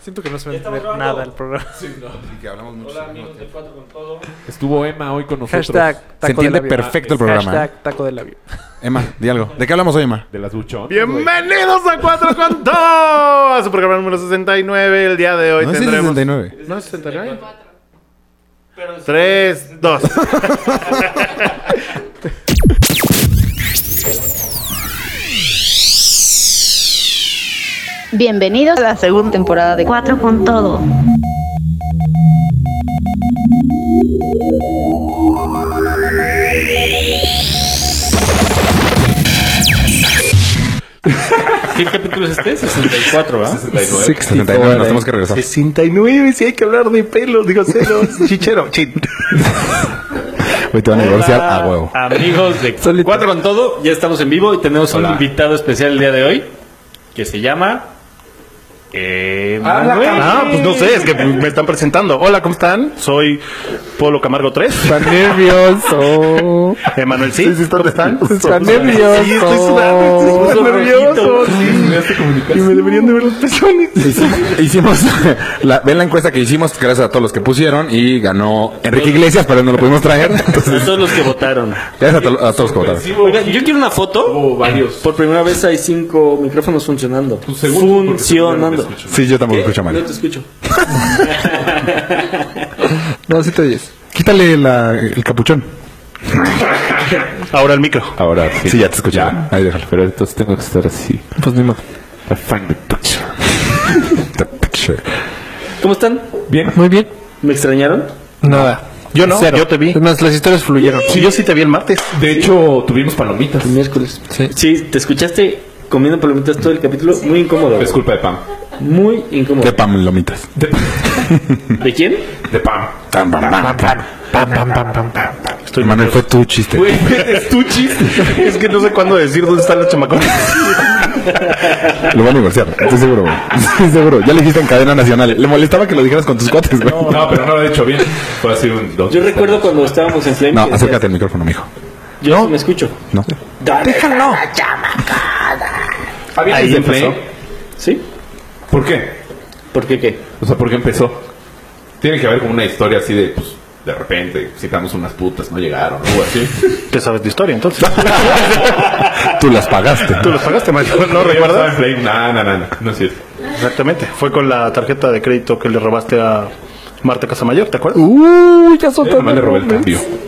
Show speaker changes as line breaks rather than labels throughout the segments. Siento que no se va a
Ya estamos
entender
grabando.
nada el programa.
Sí, no.
Y que hablamos mucho.
Hola
al mismo
amigos de
tiempo.
Cuatro con Todo.
Estuvo Emma hoy con nosotros.
Hashtag
Se
taco de
entiende
labio.
perfecto el programa.
¿eh?
Hashtag taco de labio.
Emma, di algo. ¿De qué hablamos hoy, Emma?
De las buchonas.
Bienvenidos a Cuatro con Todo, a su programa número 69. El día de hoy
no es el
tendremos
69.
¿No es 69?
Pero
3, 2.
Bienvenidos a la segunda temporada de Cuatro con Todo.
¿Qué capítulo es este? 64, ¿verdad?
69, nos tenemos que regresar.
69, si hay que hablar de pelos, digo celos, chichero, chin.
Hoy te van a divorciar a huevo.
Amigos de Cuatro con Todo, ya estamos en vivo y tenemos un invitado especial el día de hoy que se llama. Eh, Manuel.
Ah, pues no sé, es que me están presentando. Hola, ¿cómo están? Soy Polo Camargo 3.
Está nervioso.
Emanuel, sí. ¿Cómo están?
Está nervioso.
Sí, estoy sudando, estoy súper nervioso. Y me deberían de ver los pezones.
Hicimos, hicimos la, ven la encuesta que hicimos, gracias a todos los que pusieron, y ganó Enrique Iglesias, pero no lo pudimos traer.
A
Entonces,
todos los que votaron.
gracias a, to- a todos los que votaron.
Oigan, yo quiero una foto.
Hubo varios.
Por primera vez hay cinco micrófonos funcionando.
Tus segundos, porque
Funcionando.
seguramente
Sí, yo tampoco escucho
No
mal.
te escucho.
No, si te oyes.
Quítale la- el capuchón.
Ahora el micro.
Ahora sí.
Sí, ya te escuché. Ahí déjalo.
Pero entonces tengo que estar así.
Pues ni modo.
I find the picture.
The picture.
¿Cómo están?
Bien.
Muy bien.
¿Me extrañaron?
Nada.
Yo no,
Cero.
yo te vi.
Es más, las historias fluyeron.
Sí, yo sí te vi el martes.
De hecho, tuvimos palomitas.
El miércoles.
Sí.
Sí, te escuchaste comiendo palomitas todo el capítulo. Muy incómodo.
Pues,
Es culpa de Pam.
Muy incómodo.
De pam, lomitas.
De,
¿De quién?
de Pam.
Tan, pam, pam, pam.
Pam, pam, pam, pam, pam.
Estoy Manuel, fue tu chiste.
Güey, es tu chiste.
Es que no sé cuándo decir dónde están los chamacones.
Lo van a divorciar, estoy seguro, güey. Estoy seguro. Ya le dijiste en cadena nacional. Le molestaba que lo dijeras con tus cuates, güey. No,
No, pero no lo he dicho bien. Fue así un dos.
Yo recuerdo cuando estábamos en Flame. que decías,
acércate al micrófono, mijo.
Yo sí me escucho.
No.
Déjalo.
Ah, bien,
Ahí
desde
empezó.
Play.
¿Sí?
¿Por qué?
¿Por qué qué?
O sea, ¿por qué empezó? Tiene que haber como una historia así de, pues, de repente, citamos unas putas, no llegaron, o algo así.
Te sabes de historia, entonces.
Ah, Tú las pagaste.
Tú los pagaste, Mario. ¿No
Estaba
recuerdas?
en Play. No, no, no, no, no es cierto.
Exactamente, fue con la tarjeta de crédito que le robaste a Marta Casamayor, ¿te acuerdas?
Uy, ya son
Yo nomás le robé el
nombres.
cambio.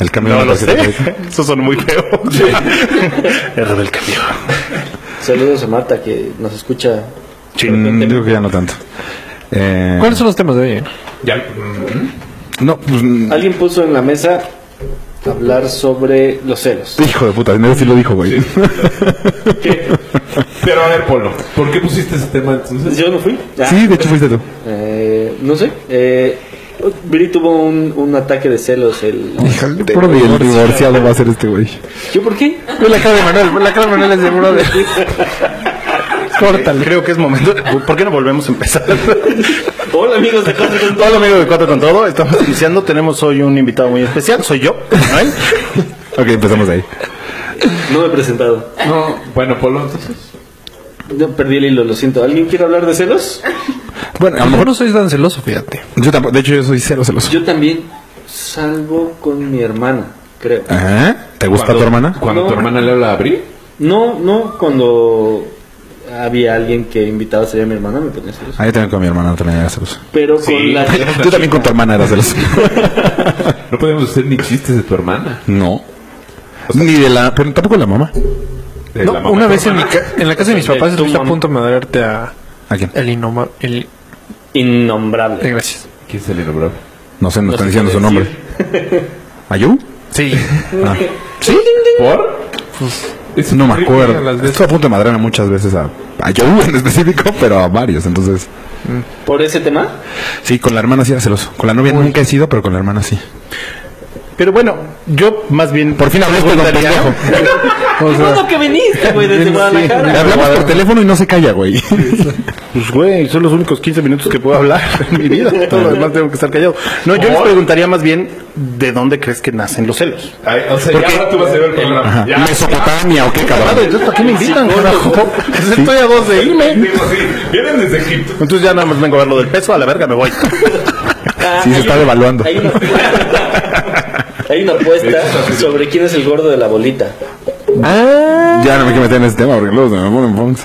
El cambio
no
de la
lo
tarjeta
sé,
de crédito.
eso son muy feo. Era del cambio.
Saludos a Marta que nos escucha.
Mm, digo que ya no tanto. Eh,
¿Cuáles son los temas de hoy? eh?
Ya, mm,
No, pues. mm,
Alguien puso en la mesa hablar sobre los celos.
Hijo de puta, dinero sí lo dijo, güey.
pero a ver, Polo, ¿por qué pusiste ese tema entonces?
Yo no fui. Ah,
Sí, de hecho fuiste tú.
eh, no sé. Eh, Viri tuvo un, un ataque de celos. El...
Puro bien divorciado va a ser este güey.
¿Yo por qué?
Ve La cara de Manuel. La cara de Manuel es de brother. Córtale.
Eh, Creo que es momento. ¿Por qué no volvemos a empezar?
Hola amigos de Cosas con
Hola amigos de Cuatro con Todo, estamos iniciando. Tenemos hoy un invitado muy especial, soy yo, Manuel.
Ok, empezamos ahí.
No me he presentado.
No, bueno, Polo, entonces.
No, perdí el hilo, lo siento. ¿Alguien quiere hablar de celos?
Bueno, a lo
Yo
mejor.
no soy tan celoso, fíjate.
Yo tampoco. De hecho, yo soy cero celoso.
Yo también, salvo con mi hermana, creo.
Ajá. ¿Te gusta tu hermana?
Cuando
No.
tu hermana le habla a Abril,
No, no, cuando había alguien que invitaba sería mi hermana, me ponía celos.
Ah, yo también con mi hermana también era celoso.
Pero con
Sí.
la
Yo también con tu hermana era celoso.
no podemos hacer ni chistes de tu hermana.
No. Ni de la. Pero tampoco de la mamá.
De
No,
la mamá
una
de tu
vez en, mi
hermana.
ca- en la casa de mis
De
papás
tu
estuviste a
mamá.
punto de madrearte a
¿A quién?
el inoma... El... eh,
innombrable.
gracias.
¿Quién se le nombró?
No sé, no,
No
están
sé
diciendo
qué
su nombre.
decir.
¿Ayú?
Sí.
Ah,
¿Por? Es
Pues, no me
horrible a
acuerdo.
las veces.
Estuve a punto de madrear muchas veces a, a Ayú en específico, pero a varios. Entonces,
¿Por ese tema?
sí, con la hermana sí era celoso. Con la novia nunca he sido, pero con la hermana sí.
Pero bueno, yo más bien.
Por fin hablaste con
preguntaría-
pendejo. O sea,
que viniste, güey, desde
le hablamos por teléfono y no se calla, güey.
Pues, güey, son los únicos 15 minutos que puedo hablar en mi vida. Todo lo demás tengo que estar callado. No, yo les preguntaría más bien, ¿de dónde crees que nacen los celos?
Ay, o sea, ya ahora tú vas a ver el programa. Ya.
Mesopotamia o qué
Claro,
cabrón.
entonces, ¿para qué me invitan, carajo? Pues Estoy a dos de irme.
Digo, sí, vienen desde Egipto.
Entonces ya nada más vengo a ver lo del peso, a la verga me voy.
Sí, se está devaluando.
Ah, Hay una, hay una apuesta sobre quién es el gordo de la bolita.
Ya no me quiero meter en ese tema porque luego se me ponen punks.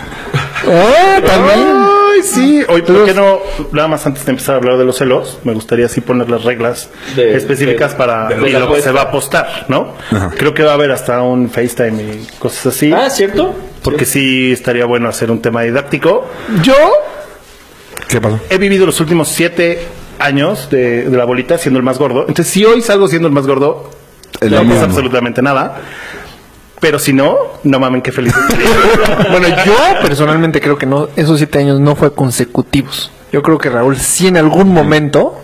Oh, también.
Ay, sí. Hoy, ¿por qué no? Nada más antes de empezar a hablar de los celos, me gustaría así poner las reglas
De-
específicas
de-
para
de la
y lo que
apuesta.
se va a apostar, ¿no? Creo que va a haber hasta un FaceTime y cosas así.
Ah, ¿cierto?
Porque sí estaría bueno hacer un tema didáctico. Yo
¿Qué pasó?
he vivido los últimos siete años de, de la bolita siendo el más gordo. Entonces, si hoy salgo siendo el más gordo,
Es
no
lo
pasa
mismo.
absolutamente nada. Pero si no, no mamen qué feliz. estoy.
Bueno, yo personalmente creo que no, esos siete años no fue consecutivos. Yo creo que Raúl sí en algún momento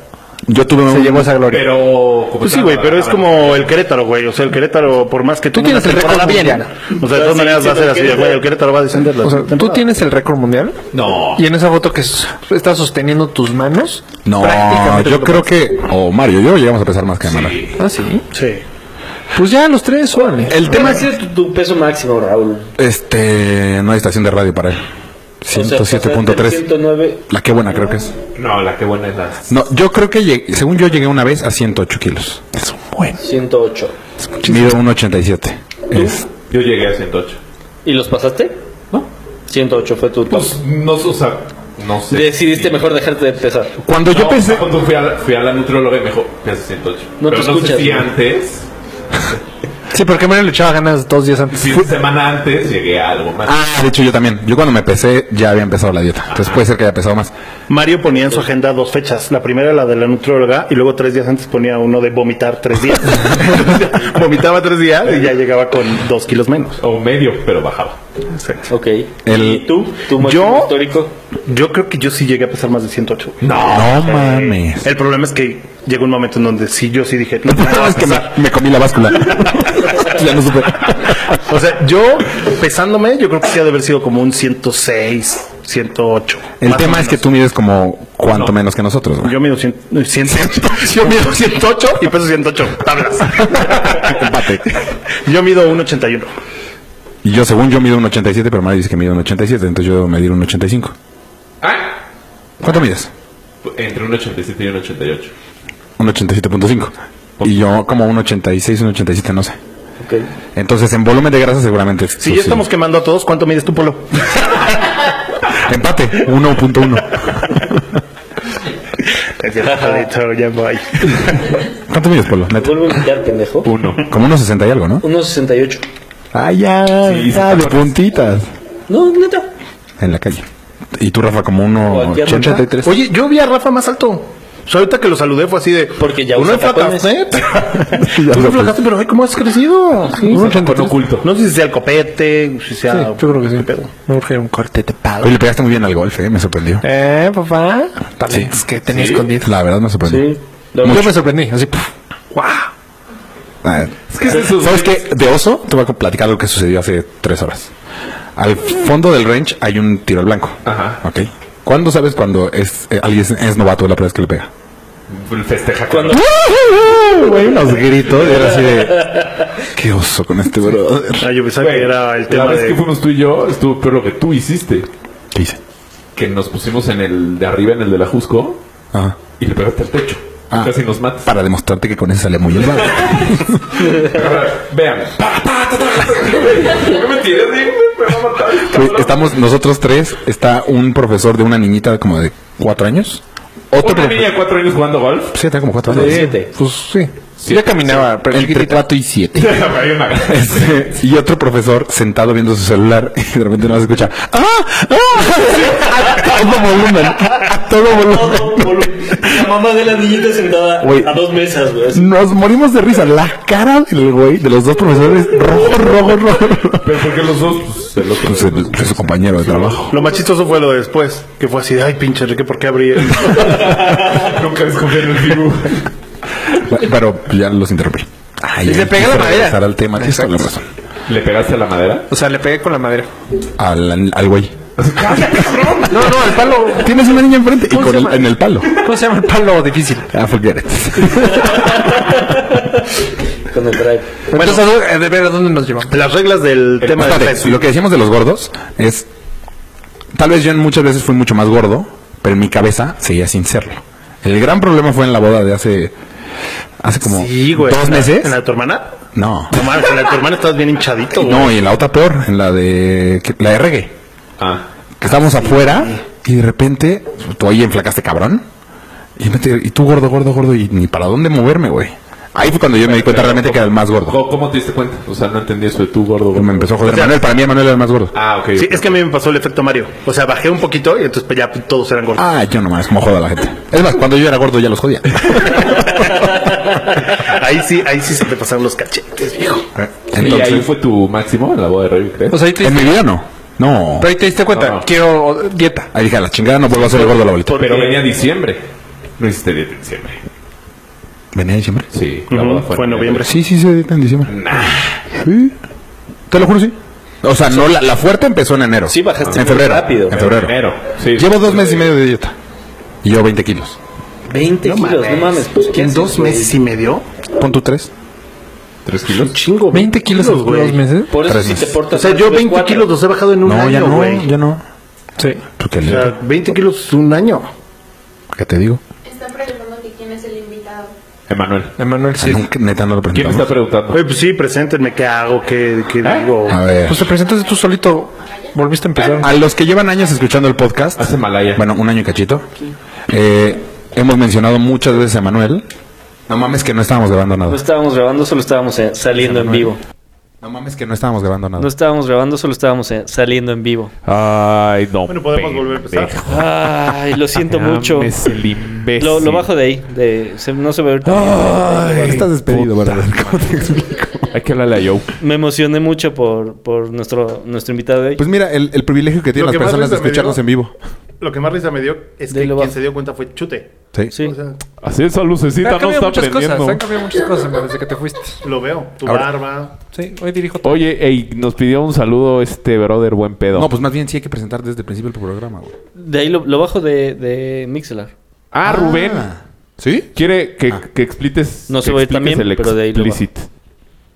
Yo tuve
se
un-
llevó esa gloria.
Pero. como
Pues sí,
tal,
güey, pero es
ahora-
como el Querétaro, güey. O sea, el Querétaro, por más que
Tú
tenga
tienes el récord mundial.
O sea, de todas maneras va a ser así, de, güey. El Querétaro va a descender la
O sea, tú
temporada.
tienes el récord mundial
No.
y en esa foto que s- estás sosteniendo tus manos.
No,
prácticamente
yo
lo
creo que. O Mario, yo llegamos a pesar más que Manuel.
Ah, sí.
Sí.
Pues ya los tres, órale.
El tema
¿Cuál
es.
es tu, tu peso máximo, Raúl?
Este. No hay estación de radio para él.
O sea, pasar del
107.3.
109.
La que buena creo que es.
No, la que buena es la.
No, yo creo que llegué- según yo llegué una vez a 108 kilos.
108.
Mido 1,87. Es-
Yo llegué a 108.
¿Y los pasaste? No. 108 fue tu top.
Pues no, o sea, no sé.
Decidiste mejor dejarte de pesar.
Cuando yo
No,
pensé.
Cuando fui a, la- fui a la nutrióloga y me dijo, pesas 108.
No te
Pero no sé
escuchas,
si
güey.
antes,
Sí, porque Mario le echaba ganas dos días antes.
si una semana antes, llegué a algo más.
Ah, de hecho yo también. Yo cuando me pesé ya había empezado la dieta. Entonces puede ser que haya pesado más.
Mario ponía en su agenda dos fechas. La primera la de la nutrióloga y luego tres días antes ponía uno de vomitar tres días. Vomitaba tres días y ya llegaba con dos kilos menos.
O medio, pero bajaba.
Ok.
El-
¿Y tú? ¿Tu máximo
Yo-
histórico?
Yo creo que yo sí llegué a pesar más de 108. güey.
No, no mames.
El problema es que llegó un momento en donde sí, yo sí dije, no, no,
No, es que me, me comí la báscula. ya no supe.
O sea, yo pesándome, yo creo que sí ha de haber sido como un 106, 108.
El
más o
tema es
menos.
que tú mides como cuánto
No.
menos que nosotros. güey.
Yo mido 100, no, 100, yo mido 108 y peso 108 tablas.
Empate.
Yo mido 181.
Y yo, según yo, mido un 87, pero Mario dice que mido un 87, entonces yo debo medir un 85.
Ah,
¿Cuánto mides?
entre un 87 y un 88.
Un 87.5. Y yo como un 86, un 87, no sé.
Ok.
Entonces, en volumen de grasa seguramente...
Si ya estamos quemando a todos, ¿cuánto mides tú, Polo?
Empate, 1.1.
ya voy.
¿Cuánto mides, Polo?
Te
Neta.
vuelvo a invitar, pendejo.
Uno.
Como unos 60 y algo, ¿no?
168.
Ah, ya,
Sí, sí,
ah, de
tacones.
puntitas.
No, neta.
En la calle. Y tú, Rafa, como
Cualquier
1.83.
Oye, yo vi a Rafa más alto. O sea, ahorita que lo saludé fue así de...
Porque ya
"Tú no
usa tacones".
enflacaste.
Sí, ya
Tú no
usa
enflacaste, pero ay, ¿cómo has crecido? Sí,
Un 83.
oculto.
No sé si sea el copete, si sea...
Sí, yo creo que sí.
qué pedo.
Me urge un corte de palo.
Oye, le pegaste muy bien al golf, eh, me sorprendió.
Eh, papá. Talentos que tenía escondido.
La verdad me sorprendió.
Sí. La-
Yo me sorprendí, así. puf.
Ah, ¿Sabes qué? De oso, te voy a platicar lo que sucedió hace tres horas. Al fondo del range hay un tiro al blanco.
Ajá.
Ok. ¿Cuándo sabes cuando es, eh, alguien es, es novato la primera vez que le pega?
Pues, Festeja con
Cuando-
Güey, unos gritos. Y era así de. Qué oso con este brother.
Ah, yo pensaba
Güey,
que era el tema
La vez
de...
que fuimos tú y yo, estuvo peor lo que tú hiciste.
¿Qué hice?
Que nos pusimos en el de arriba, en el de la Jusco,
Ajá.
y le pegaste al techo.
Ah.
Casi nos matas.
Para demostrarte que con eso sale muy elevado.
Vean. Pa, pa, ta, ta, ta. Yo me tiré así, me va a matar.
Güey, Estamos nosotros tres. Está un profesor de una niñita como de cuatro años. Otro
Una
profesor.
niña de cuatro años jugando golf.
Sí, tenía como cuatro años.
Siete.
Pues sí. ya caminaba, pero
Entre
chiquitita.
cuatro y siete.
Hay una-
Este, y otro profesor sentado viendo su celular y de repente no se escucha ¡Ah! ¡Ah! a todo volumen a todo
Todo
volumen
volumen. La mamá de la niñita sentada
Güey.
a dos mesas, güey. así.
nos morimos de risa la cara del güey de los dos profesores rojo rojo rojo, rojo
Pero porque los dos, pues, el otro.
Pues, el- es su compañero de trabajo
Lo más chistoso fue lo de después, que fue así de, ay, pinche Enrique, ¿por qué abrí? el-?"
Nunca desconfié en el Fibu.
pero ya los interrumpí Ay,
Y
ay,
se pega la
quise
madera.
regresar al tema tienes toda la razón
¿Le pegaste a la madera?
O sea, le pegué con la madera.
Al, al güey.
No, no, el palo.
Tienes una niña enfrente y
¿Cómo
con
se
el-
llama?
en el palo.
¿Cómo se llama el palo difícil?
Ah, forget it.
Con el drive.
Entonces, ¿a dónde- a ver, ¿a dónde nos llevamos?
Las reglas del tema del
Espérate,
peso.
lo que decíamos de los gordos es. Tal vez yo en muchas veces fui mucho más gordo, pero en mi cabeza seguía sin serlo. El gran problema fue en la boda de hace. Hace como
Sí, güey.
dos
¿En la-
meses.
¿En la de tu hermana?
No.
No mames, en la de tu hermana estabas bien hinchadito, güey.
No, y en la otra peor, en la de. que- La de reggae.
Ah.
Que estábamos afuera y de repente. pues, Tú ahí enflacaste cabrón. Y, me te- y tú gordo, gordo, gordo. Y ni para dónde moverme, güey. Ahí fue cuando yo me di cuenta realmente que era el más gordo.
¿Cómo, cómo te diste cuenta? O sea, no entendí eso de tú, gordo. gordo.
Me empezó a joder. Manuel, para mí Manuel era el más gordo.
Ah, ok.
Sí, es que a mí me pasó el efecto Mario. O sea, bajé un poquito y entonces pues, ya todos eran gordos.
Ah, yo nomás, como joda a la gente. Es más, cuando yo era gordo ya los jodía. Ah.
ahí sí, ahí sí se te pasaron los cachetes, viejo.
¿Y ahí
Entonces,
fue tu máximo en la boda de Rey, crees?
O sea, ahí te
en mi
diste,
vida no. No.
pero ahí te diste cuenta,
No, no.
quiero dieta.
Ahí dije, a la chingada no vuelvo a ser el gordo a la bolita.
pero
porque-
venía diciembre. No hiciste dieta en diciembre.
¿Venía en diciembre?
Sí,
Ujú, fue en noviembre.
Sí, sí, se edita en diciembre. Sí. Te lo juro, sí. O sea, no, la, la fuerte empezó en enero.
Sí, bajaste
En febrero.
muy rápido.
En febrero.
Enero. Sí.
Llevo dos meses y medio de dieta. Y yo 20 kilos.
20 kilos, no mames. Pues, ¿qué
En
haces,
dos
güey?
meses y medio.
Pon tu tres.
¿Tres kilos?
Chingo.
20 kilos en dos meses.
Por eso
Tres
si te
meses.
portas.
O sea,
mal,
yo
subes
20
cuatro.
kilos los he bajado en un
no, ya
año,
no,
güey.
ya no.
Sí.
Porque
O sea, 20 kilos es un año.
¿Qué te digo? Ah,
Están preguntando que quién es el invitado.
Emanuel.
Emanuel, sí.
Nunca- neta no lo
¿Quién me está
presentamos.
preguntando?
Oye, pues sí, preséntenme qué hago, qué, qué digo.
A ver.
Pues te presentaste tú solito. Volviste a empezar.
A los que llevan años escuchando el podcast,
Hace Malaya.
bueno, un año y cachito, eh, hemos mencionado muchas veces a Manuel. No mames que no estábamos grabando
No
nada.
estábamos grabando, solo estábamos eh, saliendo en vivo.
No mames que no estábamos grabando nada.
No estábamos grabando, solo estábamos eh, saliendo en vivo.
Ay, no.
Bueno, podemos volver a empezar.
Ay, lo siento mucho.
el imbécil.
Lo,
¡Ah!
lo bajo de ahí. de- se- no se ve ahorita.
Estás despedido, ¿verdad? ¿Cómo te explico?
Hay que hablarle a Joe.
Me emocioné mucho por, por nuestro, nuestro invitado de hoy.
Pues mira, el, el privilegio que tienen
Lo
las
que más
personas de
risa me
escucharnos
dio-
en vivo.
Lo que más risa me dio es
Dale,
que
va.
quien se dio cuenta fue Chute.
Sí.
sí.
O sea,
Así esa lucecita
han cambiado muchas cosas. Han cambiado muchas cosas Emanuel, desde que te fuiste.
lo veo. Tu
Ahora-
barba.
Sí, hoy dirijo todo.
Oye, ey, nos pidió un saludo este brother buen pedo.
No, pues más bien sí hay que presentar desde el principio el programa, güey.
De ahí lo, lo bajo de, de Mixelar.
ah, Rubén.
¿Sí?
Quiere que, que explites.
No se
que
ve
expliques
también,
el
pero de ahí lo
explicit.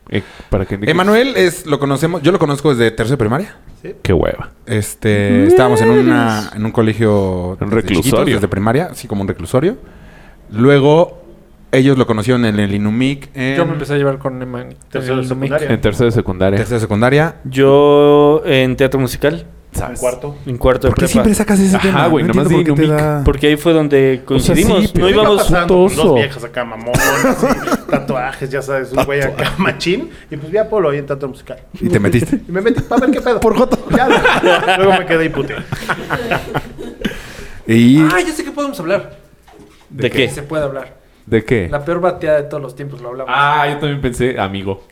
Eh, para que indiques-
Emanuel es, lo conocemos, yo lo conozco desde tercero de primaria.
Qué hueva.
Este, estábamos en una, en un colegio
Un
desde
reclusorio.
chiquitos, desde primaria, sí, como un reclusorio. Luego, ellos lo conocieron en el Inumic en
Yo me empecé a llevar con Emanuel.
Tercero de secundaria.
En tercero de secundaria.
tercera secundaria.
Yo en teatro musical,
¿Sabes?
Cuarto.
en cuarto de
¿Por qué
prepa.
siempre sacas ese
Ajá,
tema?
güey,
no
nomás
entiendo
di
por qué te
Inumic.
da...
Porque ahí fue donde coincidimos.
sí, pero
no
¿qué
íbamos.
pasando pues,
Oso.
dos viejas acá mamonas, y tatuajes, ya sabes, un güey acá machín. Y pues vi a Polo ahí en teatro musical.
Y te metiste.
Y me metí para ver qué pedo. Por Joto. Ya, luego me quedé ahí puteado.
Y
Ah, ya sé que podemos hablar.
¿De, qué?
Se puede hablar.
¿De qué?
La peor bateada de todos los tiempos, lo hablamos.
Ah, yo también pensé, amigo.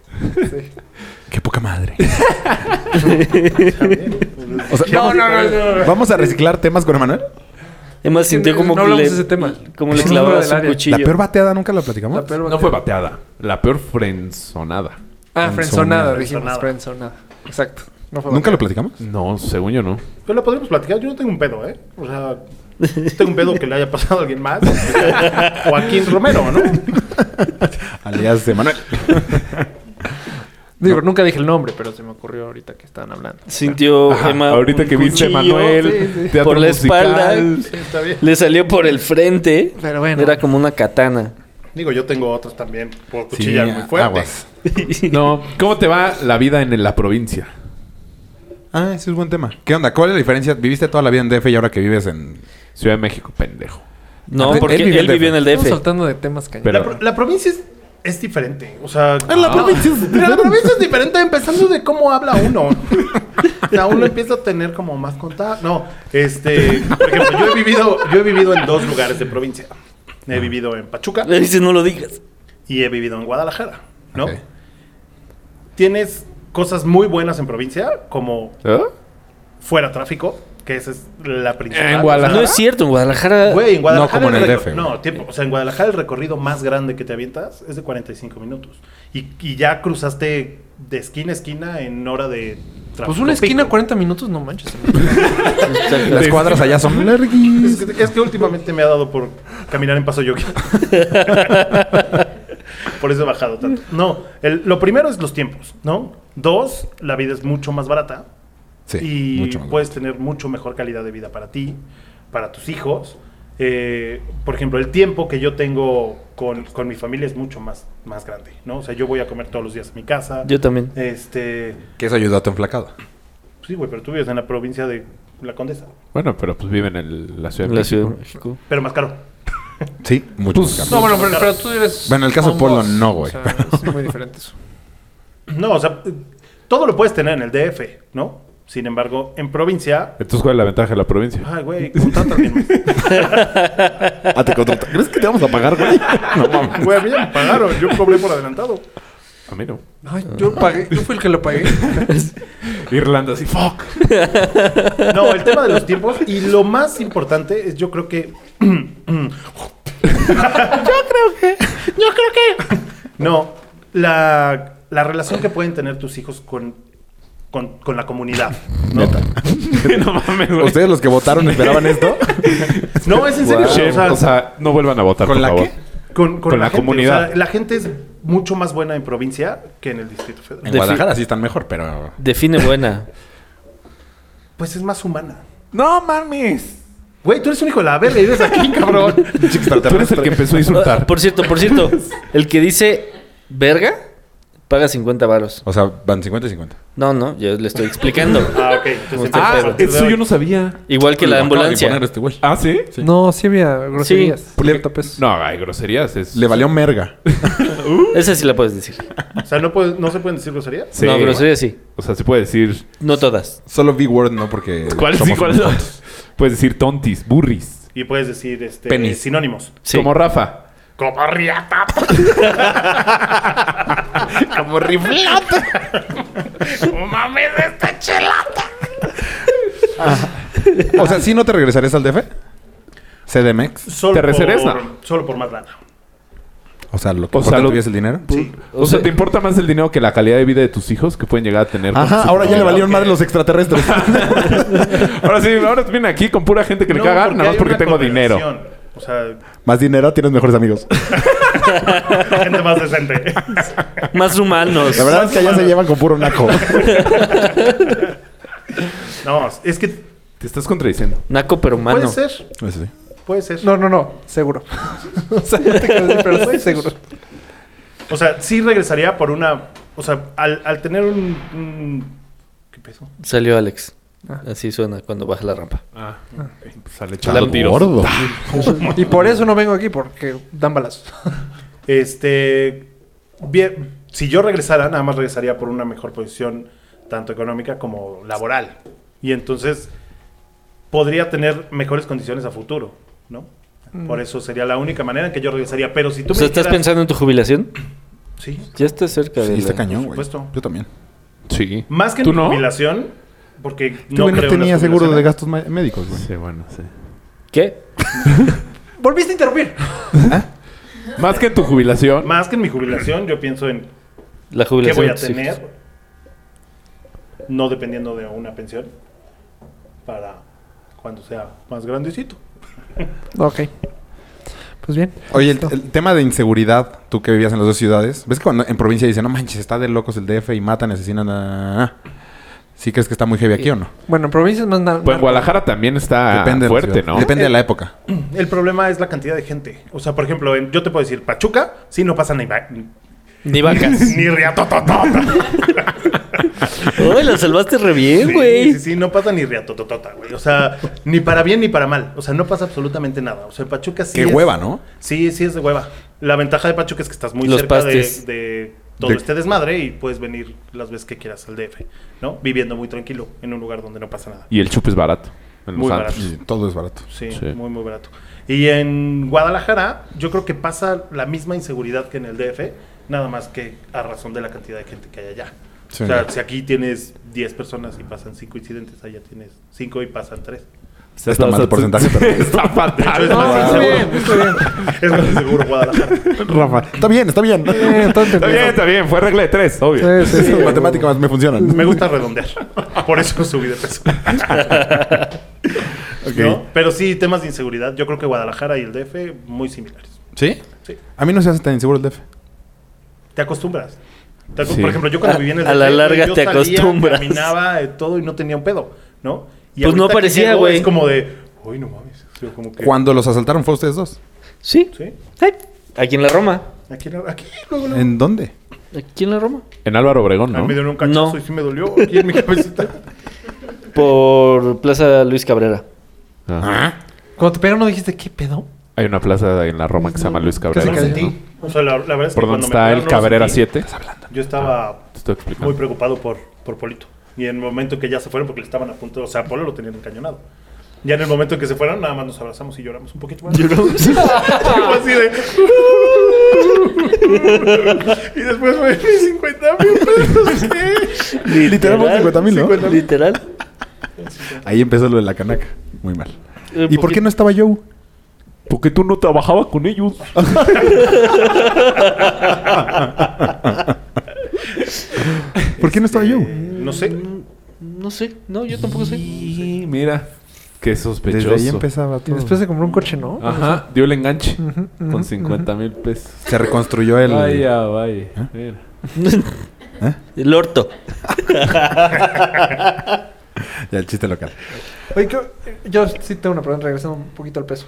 qué poca madre.
no, no, no, no, no.
¿Vamos a reciclar temas con Emanuel?
Además sintió como
no
que
hablamos
le,
de ese tema.
como le
Sí, fuera
clavabas
del
un
área.
cuchillo.
La peor bateada nunca la platicamos.
La peor
No
bateada.
fue bateada. La peor frenzonada.
Ah, frenzonada,
Frenzonada.
dijimos. Frenzonada. Exacto. No fue
¿Nunca
bateada.
lo platicamos?
No, según yo no.
Pero la podemos platicar, yo no tengo un pedo, ¿eh? O sea, tengo un pedo que le haya pasado a alguien más. Joaquín Romero, ¿no?
Alias de Manuel.
Digo, nunca dije el nombre, pero se me ocurrió ahorita que estaban hablando.
Sintió Emma
Ahorita
un
que viste a
cuchillo
Emanuel, teatro
por la
musical.
espalda.
Está bien.
Le salió por el frente.
Pero bueno.
Era como una katana.
Digo, yo tengo otros también por cuchillar muy fuerte.
aguas.
No, ¿cómo te va la vida en la provincia?
Ah, ese es un buen tema. ¿Qué onda? ¿Cuál es la diferencia? Viviste toda la vida en DF y ahora que vives en...
Ciudad de México, pendejo.
No,
Ah,
Él
porque él
vivió
vivió, en
en
el
Estamos
DF.
saltando de temas cañones.
Pero-
La, pro- la provincia es, es diferente. O sea,
la provincia es
mira, la provincia es diferente empezando de cómo habla uno. O sea, uno empieza a tener como más contacto. No, este, por ejemplo, yo he vivido, yo he vivido en dos lugares de provincia. He vivido en Pachuca
Le dices, no lo digas.
y he vivido en Guadalajara, ¿no?
Ok.
Tienes cosas muy buenas en provincia, como
¿Eh?
fuera tráfico, que esa es la principal.
En Guadalajara.
O
No
sea,
es cierto, en Guadalajara.
Güey, en Guadalajara.
No, como en el
reco-
DF.
No, tiempo. O sea, en Guadalajara el recorrido más grande que te avientas es de 45 minutos. Y, y ya cruzaste de esquina a esquina en hora de tráfico.
Pues una esquina,
pico.
40 minutos, no manches.
Las cuadras allá son
Es
larguísimas.
que, es que últimamente me ha dado por caminar en paso yogi. por eso he bajado tanto. No, el- lo primero es los tiempos, ¿no? Dos, la vida es mucho más barata
Sí,
y
mucho más.
pues,
puedes tener mucho mejor calidad de vida para ti, para tus hijos. Eh, por ejemplo, el tiempo que yo tengo con, con mi familia es mucho más, más grande, ¿no? O sea, yo voy a comer todos los días a mi casa.
Yo también.
Este, pues
Que eso ayuda a tu enflacado.
sí, güey, pero tú vives en la provincia de La Condesa,
Bueno, pero pues viven en el- la ciudad.
En
de
la
México.
Ciudad de México.
pero más caro.
Sí, mucho
Pues,
más caro.
No, bueno, pero, pero tú eres.
Bueno, en el caso de Polo,
homeboss.
no, güey.
O sea, es muy diferente eso.
No, o sea, todo lo puedes tener en el DF, ¿no? Sin embargo, en provincia.
Entonces, ¿cuál es la ventaja de la provincia?
Ay, güey, contrata bien más.
Ah, te contrata- ¿Crees que te vamos a pagar, güey? No mames.
Güey, a mí ya me pagaron, yo cobré por adelantado.
A mí no.
Ay, yo pagué, yo fui el que lo pagué.
Irlanda, sí, fuck.
No, el tema de los tiempos. Y lo más importante es, yo creo que. yo creo que. Yo creo que. No, la, la relación que pueden tener tus hijos con, con, con la comunidad. ¿no?
no mames, güey.
¿Ustedes los que votaron esperaban esto?
No, es en serio.
Wow. Shame,
o sea,
o sea, no vuelvan a votar,
¿Con
por
la
favor.
qué?
con,
con la
gente,
comunidad.
o sea, la gente es mucho más buena en provincia que en el Distrito Federal.
En Guadalajara sí están mejor, pero...
Define buena.
Pues es más humana.
No mames.
Güey, tú eres un hijo de la verga y eres aquí, cabrón.
Tú eres el que empezó a
Ah,
insultar.
Por cierto, por cierto. El que dice verga, paga 50 varos.
O sea, van 50 y 50.
No, no, yo le estoy explicando.
Ah, ok. Entonces,
Ah,
entonces, a
eso
partir de
yo no
hoy-
sabía.
Igual que la
Lo acaba de
ambulancia.
poner este güey.
¿Ah, sí?
No, sí había groserías.
Sí.
por 30 pesos.
No, hay groserías. Es...
Le valió merga.
Esa sí la puedes decir.
O sea, ¿no, puede- no se pueden decir groserías?
Sí.
No, grosería sí.
O sea, se puede decir.
No todas.
Solo Big Word, ¿no? Porque...
¿Cuál sí,
somos
cuál no? Puedes decir tontis, burris.
Y puedes decir este,
Penis.
sinónimos.
Sí.
Como Rafa.
Como riata.
Como riflata. O sea, ¿sí no te regresarías al DF? ¿CDMX?
Solo
Te recereza.
Por, solo por más lana.
O sea, lo que
O sea,
importa
lo- Pues,
tuyo es el dinero.
O sea, ¿te importa más el dinero que la calidad de vida de tus hijos que pueden llegar a tener? con
Ajá,
su
ahora ya le
dinero?
valieron madre los extraterrestres.
Ahora sí, ahora vienen aquí con pura gente que me
No,
caga, nada más
hay
porque
una
tengo dinero.
correlación. O sea,
Más dinero, tienes mejores amigos.
gente más decente.
Más humanos.
La verdad es que allá se llevan con puro naco.
No, es que
Te estás contradiciendo.
Naco pero
Ah,
humano.
puede ser.
Eso sí.
Puede ser.
No, no, no, seguro. o sea, no te quiero decir, pero estoy seguro.
O sea, sí regresaría por una... O sea, al, al tener un... un- ¿Qué peso?
Salió Alex. Así suena cuando baja la rampa.
Ah,
Sale
echando tiros.
Gordo.
Ah,
Y por eso no vengo aquí, porque dan balazos.
Este. Bien, si yo regresara, nada más regresaría por una mejor posición, tanto económica como laboral. Y entonces podría tener mejores condiciones a futuro, ¿no?
Mm.
Por eso sería la única manera en que yo regresaría. Pero si tú
O sea, ¿estás
dijeras-
pensando en tu jubilación?
Sí,
Ya estás cerca de
Sí, está
la-
cañón, güey.
supuesto.
Yo también.
Sí.
más que en
¿Tú
mi
no?
jubilación, porque
Tú
no,
güey, no
creo en las
tenías seguro de
jubilaciones.
gastos ma- médicos, güey.
Sí, bueno, sí.
¿Qué?
Volviste a interrumpir.
Más que en tu jubilación.
Más que en mi jubilación, yo pienso en
La
qué
jubilación.
voy a
de tus
tener,
hijos.
no dependiendo de una pensión, para cuando sea más grandecito.
Ok. Pues bien.
Oye, el, el tema de inseguridad, tú que vivías en las dos ciudades, ves que cuando en provincia dicen, no manches, está de locos el DF y matan, asesinan a... ¿Sí crees que está muy heavy aquí o no?
Bueno, en provincias más nada.
Pues en Guadalajara también
Ah,
está
de la
fuerte,
ciudad.
¿no?
Depende de
Eh,
la época.
El problema es la cantidad de gente. O sea, por ejemplo, en- yo te puedo decir, Pachuca, sí no pasa ni, va-
Ni vacas.
ni riatototota.
Uy, la salvaste re bien,
Sí,
güey.
sí, sí, no pasa ni riatototota, güey. O sea, ni para bien ni para mal. O sea, no pasa absolutamente nada. O sea, en Pachuca sí
Qué
es-
hueva, ¿no?
Sí, sí es de hueva. La ventaja de Pachuca es que estás muy
Los
cerca de,
pastes.
de todo
De-
este desmadre y puedes venir las veces que quieras al DF, ¿no? Viviendo muy tranquilo en un lugar donde no pasa nada.
Y el chup es barato. En
Muy
Los
barato.
Santos.
Y todo es barato.
Sí,
Sí.
muy, muy barato. Y en Guadalajara, yo creo que pasa la misma inseguridad que en el DF, nada más que a razón de la cantidad de gente que hay allá.
Sí.
O sea, si aquí tienes 10 personas y pasan 5 incidentes, allá tienes 5 y pasan 3.
Está mal el porcentaje, pero...
Está
Ah,
fatal.
es más inseguro. Es más inseguro Guadalajara.
Rafa, está bien, está bien.
Eh,
Está bien, está bien. Fue regla de tres, obvio.
matemáticas me funcionan.
Me gusta redondear. Por eso subí de peso.
Ok.
¿No? Pero sí, temas de inseguridad. Yo creo que Guadalajara y el DF muy similares.
¿Sí?
Sí.
A mí no se hace tan inseguro el DF.
Te acostumbras. Te aco-
Sí.
Por ejemplo, yo cuando
A-
viví en el
a la
DF,
larga
yo
te
salía,
acostumbras.
Caminaba eh, todo y no tenía un pedo, ¿no? Y
Pues no
ahorita que
parecía,
llego
güey.
Es como de, uy, no mames. O sea, como que,
Cuando los asaltaron fue ustedes dos.
Sí.
¿Sí?
Ay, Aquí en la Roma.
Aquí, no- aquí luego, luego.
¿En dónde?
Aquí en la Roma.
En Álvaro Obregón,
Ay,
¿no?
me dieron un cachazo
No.
y sí me dolió aquí en mi cabecita.
Por Plaza Luis Cabrera.
Ajá.
Cuando te pegaron, no dijiste, ¿qué pedo?
Ah. Hay una plaza en la Roma que se llama Luis Cabrera.
Casi,
¿no?
casi.
O sea, la, la verdad es que
Por donde
cuando me
está el
pegaron, no lo
Cabrera
sentí.
7.
Yo estaba
Ah,
Te estoy
muy
explicando.
preocupado por, por Polito. Y en el momento que ya se fueron, porque le estaban a punto, o sea, Polo lo tenían encañonado. Ya en el momento que se fueron, nada más nos abrazamos y lloramos un poquito más. Lloramos. así de. y después fue "Mis 50 mil pesos. ¿qué?".
Literal, fueron 50,000, ¿no?
50,000. Literal.
Ahí empezó lo de la canaca. Muy mal.
Eh,
¿Y por qué
poquito.
no estaba Joe?
Porque tú no trabajabas con ellos.
Ah,
¿Por qué no estaba Joe?
No sé.
No sé. No, yo tampoco sé.
Y mira. Qué sospechoso.
Desde ahí empezaba
Y
todo.
después se compró un coche, ¿no?
Ajá. Dio el enganche. Con 50 mil pesos.
se reconstruyó el...
Vaya, vaya. ¿Eh? Mira.
El orto.
Ya, el chiste local.
Oye, creo- yo sí tengo una pregunta, regresando un poquito al peso.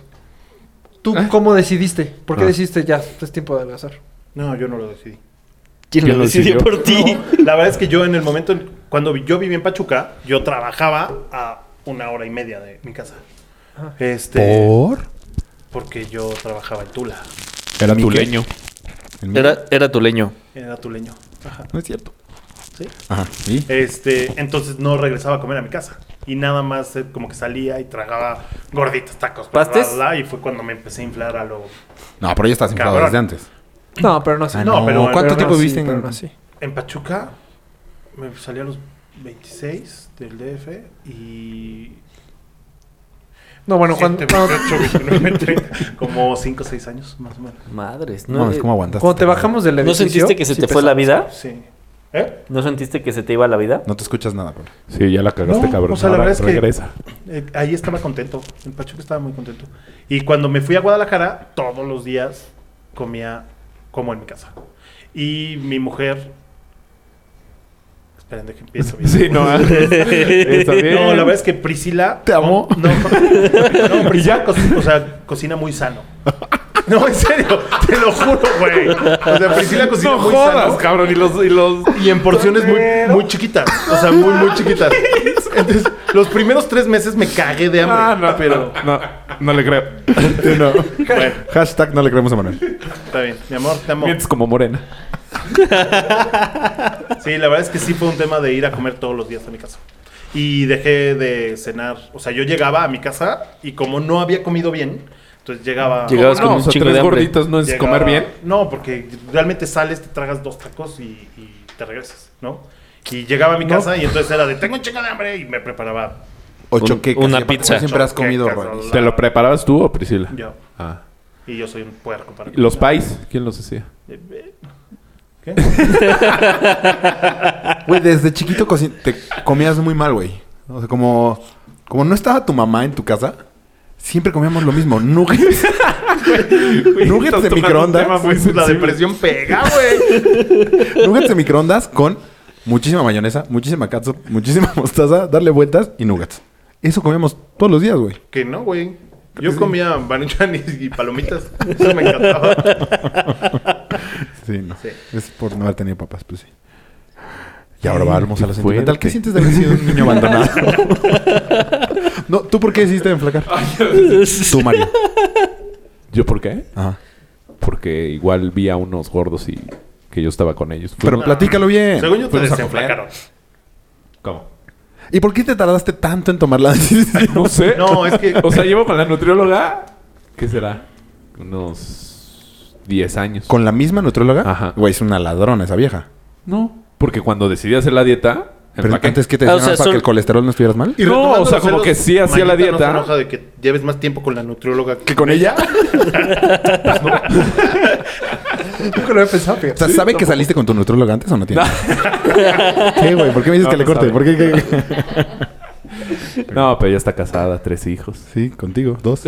¿Tú
¿Eh?
cómo decidiste? ¿Por qué
Ah.
decidiste ya? Es tiempo de adelgazar.
No, yo no lo decidí.
¿Quién
¿Quién
lo
lo
decidió
decidió?
por ti?
La verdad es que yo en el momento, en- cuando vi- yo vivía en Pachuca, yo trabajaba a una hora y media de mi casa. Este,
¿Por?
porque yo trabajaba en Tula,
Era
Tu leño.
Era, era tuleño.
era tuleño. Ajá.
No es cierto.
Sí.
Ajá. ¿Y?
Este, entonces no regresaba a comer a mi casa. Y nada más eh, como que salía y tragaba gorditas, tacos, bla, bla,
¿Pastes?
bla, y fue cuando me empecé a inflar a lo...
No, pero ya estás inflado
Cabrón.
desde antes.
No, pero no así.
Ah,
no, pero-
¿Cuánto
pero
tiempo
no
viviste
así, pero
en...?
no así.
En Pachuca me salí a los 26 del DF y...
No, bueno, cuando,
Siete,
cuando-
28, 29, 30, como 5 o 6 años más o menos.
Madres.
No,
No,
es como aguantaste.
cuando te bajamos del
¿No
edificio...
sentiste que se
sí
te fue la
pesaba.
vida?
Sí. ¿Eh?
¿No sentiste que se te iba la vida?
No te escuchas nada, Pablo.
Sí, ya la cagaste,
No,
cabrón.
o sea, la
Ahora
verdad es que-
regresa.
Eh, ahí estaba contento. En Pachuca estaba muy contento. Y cuando me fui a Guadalajara, todos los días comía como en mi casa. Y mi mujer. Esperen, de que empiezo bien.
Sí, no. ah. Está bien.
No, la verdad es que Priscila.
Te amo.
No, no, Priscila co- o sea, cocina muy sano. No, en serio, te lo juro, güey. O sea, Priscila cocina
No
muy
jodas,
sano.
cabrón. Y los, y los
Y en porciones muy, muy chiquitas. O sea, muy, muy chiquitas. Entonces, los primeros tres meses me cagué de hambre.
Ah, no,
pero.
pero no, no le creo.
Bueno,
Hashtag no le creemos a Manuel.
está bien. Mi amor, te amo.
Mientes como morena.
Sí, la verdad es que sí fue un tema de ir a comer todos los días a mi casa. Y dejé de cenar. O sea, yo llegaba a mi casa y como no había comido bien, entonces llegaba.
Llegabas
No,
con
o
un
sea,
chingo
tres
de hambre.
gorditos no es
Llegaba-
comer bien.
No, porque realmente sales, te tragas dos tacos y, y te regresas, ¿no? Y llegaba a mi casa y entonces era de tengo un chingo de hambre y me preparaba
O
Un-
choqueca.
una
Aparte,
pizza.
Siempre has comido
Choquecas,
Rolis.
la-
¿Te lo preparabas tú o Priscila?
yo.
Ah.
Y yo soy un puerco para
Los pais, ¿quién los hacía?
Eh, eh, ¿Qué?
Güey, desde chiquito coci- te comías muy mal, güey. O sea, como, como no estaba tu mamá en tu casa, siempre comíamos lo mismo. Nuggets. nuggets de microondas.
La depresión pega, güey.
Nuggets de microondas con muchísima mayonesa, muchísima catsup, muchísima mostaza, darle vueltas y nuggets. Eso comíamos todos los días, güey.
Que no, güey. Yo comía baruchanis y palomitas. Eso me encantaba.
Sí, no.
Sí.
Es por no haber tenido papás, pues sí. Y ahora vamos a lo
qué
sentimental.
fuerte.
¿Qué sientes de haber sido un niño abandonado? no, ¿tú por qué decidiste enflacar? Tú, Mario.
¿Yo por qué?
Ajá.
Porque igual vi a unos gordos y que yo estaba con ellos.
Pero
Fuimos-
platícalo bien.
Según yo te
Fuimos a
desenflacaron.
¿Cómo?
¿Y por qué te tardaste tanto en tomar la decisión?
No sé.
No, es que-
O sea, llevo con la nutrióloga. ¿Qué será? Unos 10 años.
¿Con la misma nutrióloga?
Ajá.
Güey, es una ladrona esa vieja.
No.
Porque cuando decidí hacer la dieta,
Pero
empaqué.
antes que te
Ah, o
dejaron
sea,
para
son-
que el colesterol no estuvieras mal.
Y no, o sea, como que sí hacía la
No se
dieta.
enoja de que lleves más tiempo con la nutrióloga
¿Que con ella?
Nunca lo había pensado, fíjate.
O sea, ¿sabe que saliste con tu nutrólogo antes o no tiene?
No.
¿Qué, güey? ¿Por qué me dices
No,
que le
no
corte?
sabe.
¿Por qué? qué-
No, pero ya está casada, tres hijos.
Sí, contigo. Dos.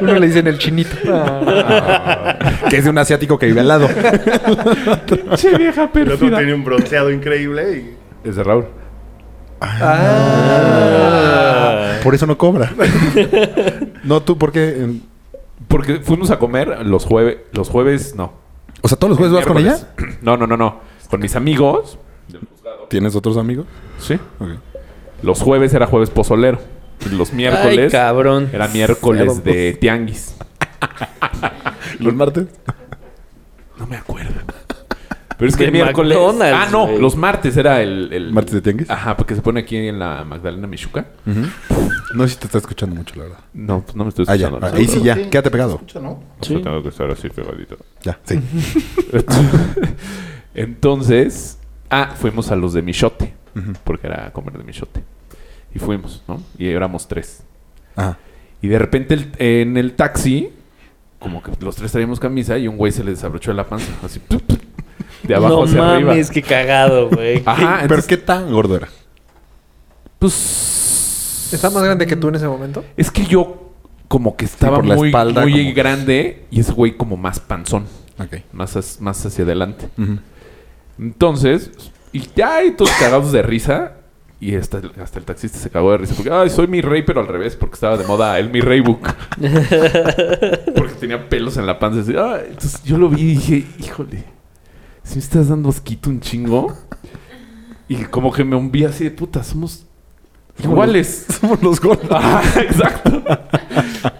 Uno le dicen el chinito.
Ah. que es de un asiático que vive al lado.
Che, vieja
El otro tiene un bronceado increíble y...
Es de Raúl.
Por eso no cobra. no, tú, ¿por qué? En-
Porque fuimos a comer los jueves. Los jueves, no.
O sea, ¿todos los jueves vas con ella?
Miércoles. No, no, no, no. Con mis amigos.
¿Tienes otros amigos?
Sí.
Ok.
Los jueves era jueves pozolero. Y los
Ay,
miércoles
cabrón.
era miércoles de tianguis.
¿Los martes?
No me acuerdo. Pero es que
De
el miércoles.
McDonald's,
ah, no,
güey.
los martes era el, el-
¿Martes de tianguis?
Ajá, porque se pone aquí en la Magdalena Michuca.
No sé si te está escuchando mucho, la verdad.
No, pues no me estoy
Ah, ya.
escuchando. ¿no?
Ahí sí, ya.
Sí.
Quédate pegado.
Escucha, ¿no?
O sea,
pues,
tengo que estar así pegadito.
Ya, sí.
Entonces, ah, fuimos a los de Michote, porque era comer de Michote. Y fuimos, ¿no? Y éramos tres.
Ajá.
Y de repente el- en el taxi, como que los tres traíamos camisa y un güey se le desabrochó la panza, así ¡pup, pup! de abajo
No
hacia
mames,
arriba.
qué cagado, güey.
Ajá,
¿Qué-
entonces,
¿Pero qué tan gordo era?
pues,
¿Está más grande que tú en ese momento?
es que yo como que estaba
por la
muy,
espalda,
muy
como que-
grande y ese güey como más panzón,
Ok.
más, as- más hacia adelante.
Ujú.
Entonces, y ya, y todos cagados de risa. Y hasta, el- hasta el taxista se cagó de risa. Porque, ay, soy mi rey, pero al revés, porque estaba de moda el mi rey book. porque tenía pelos en la panza. así, ay, entonces yo lo vi y dije, híjole, si me estás dando asquito un chingo. Y como que me hundí así de puta, somos iguales. Somos los gordos. Ah, exacto.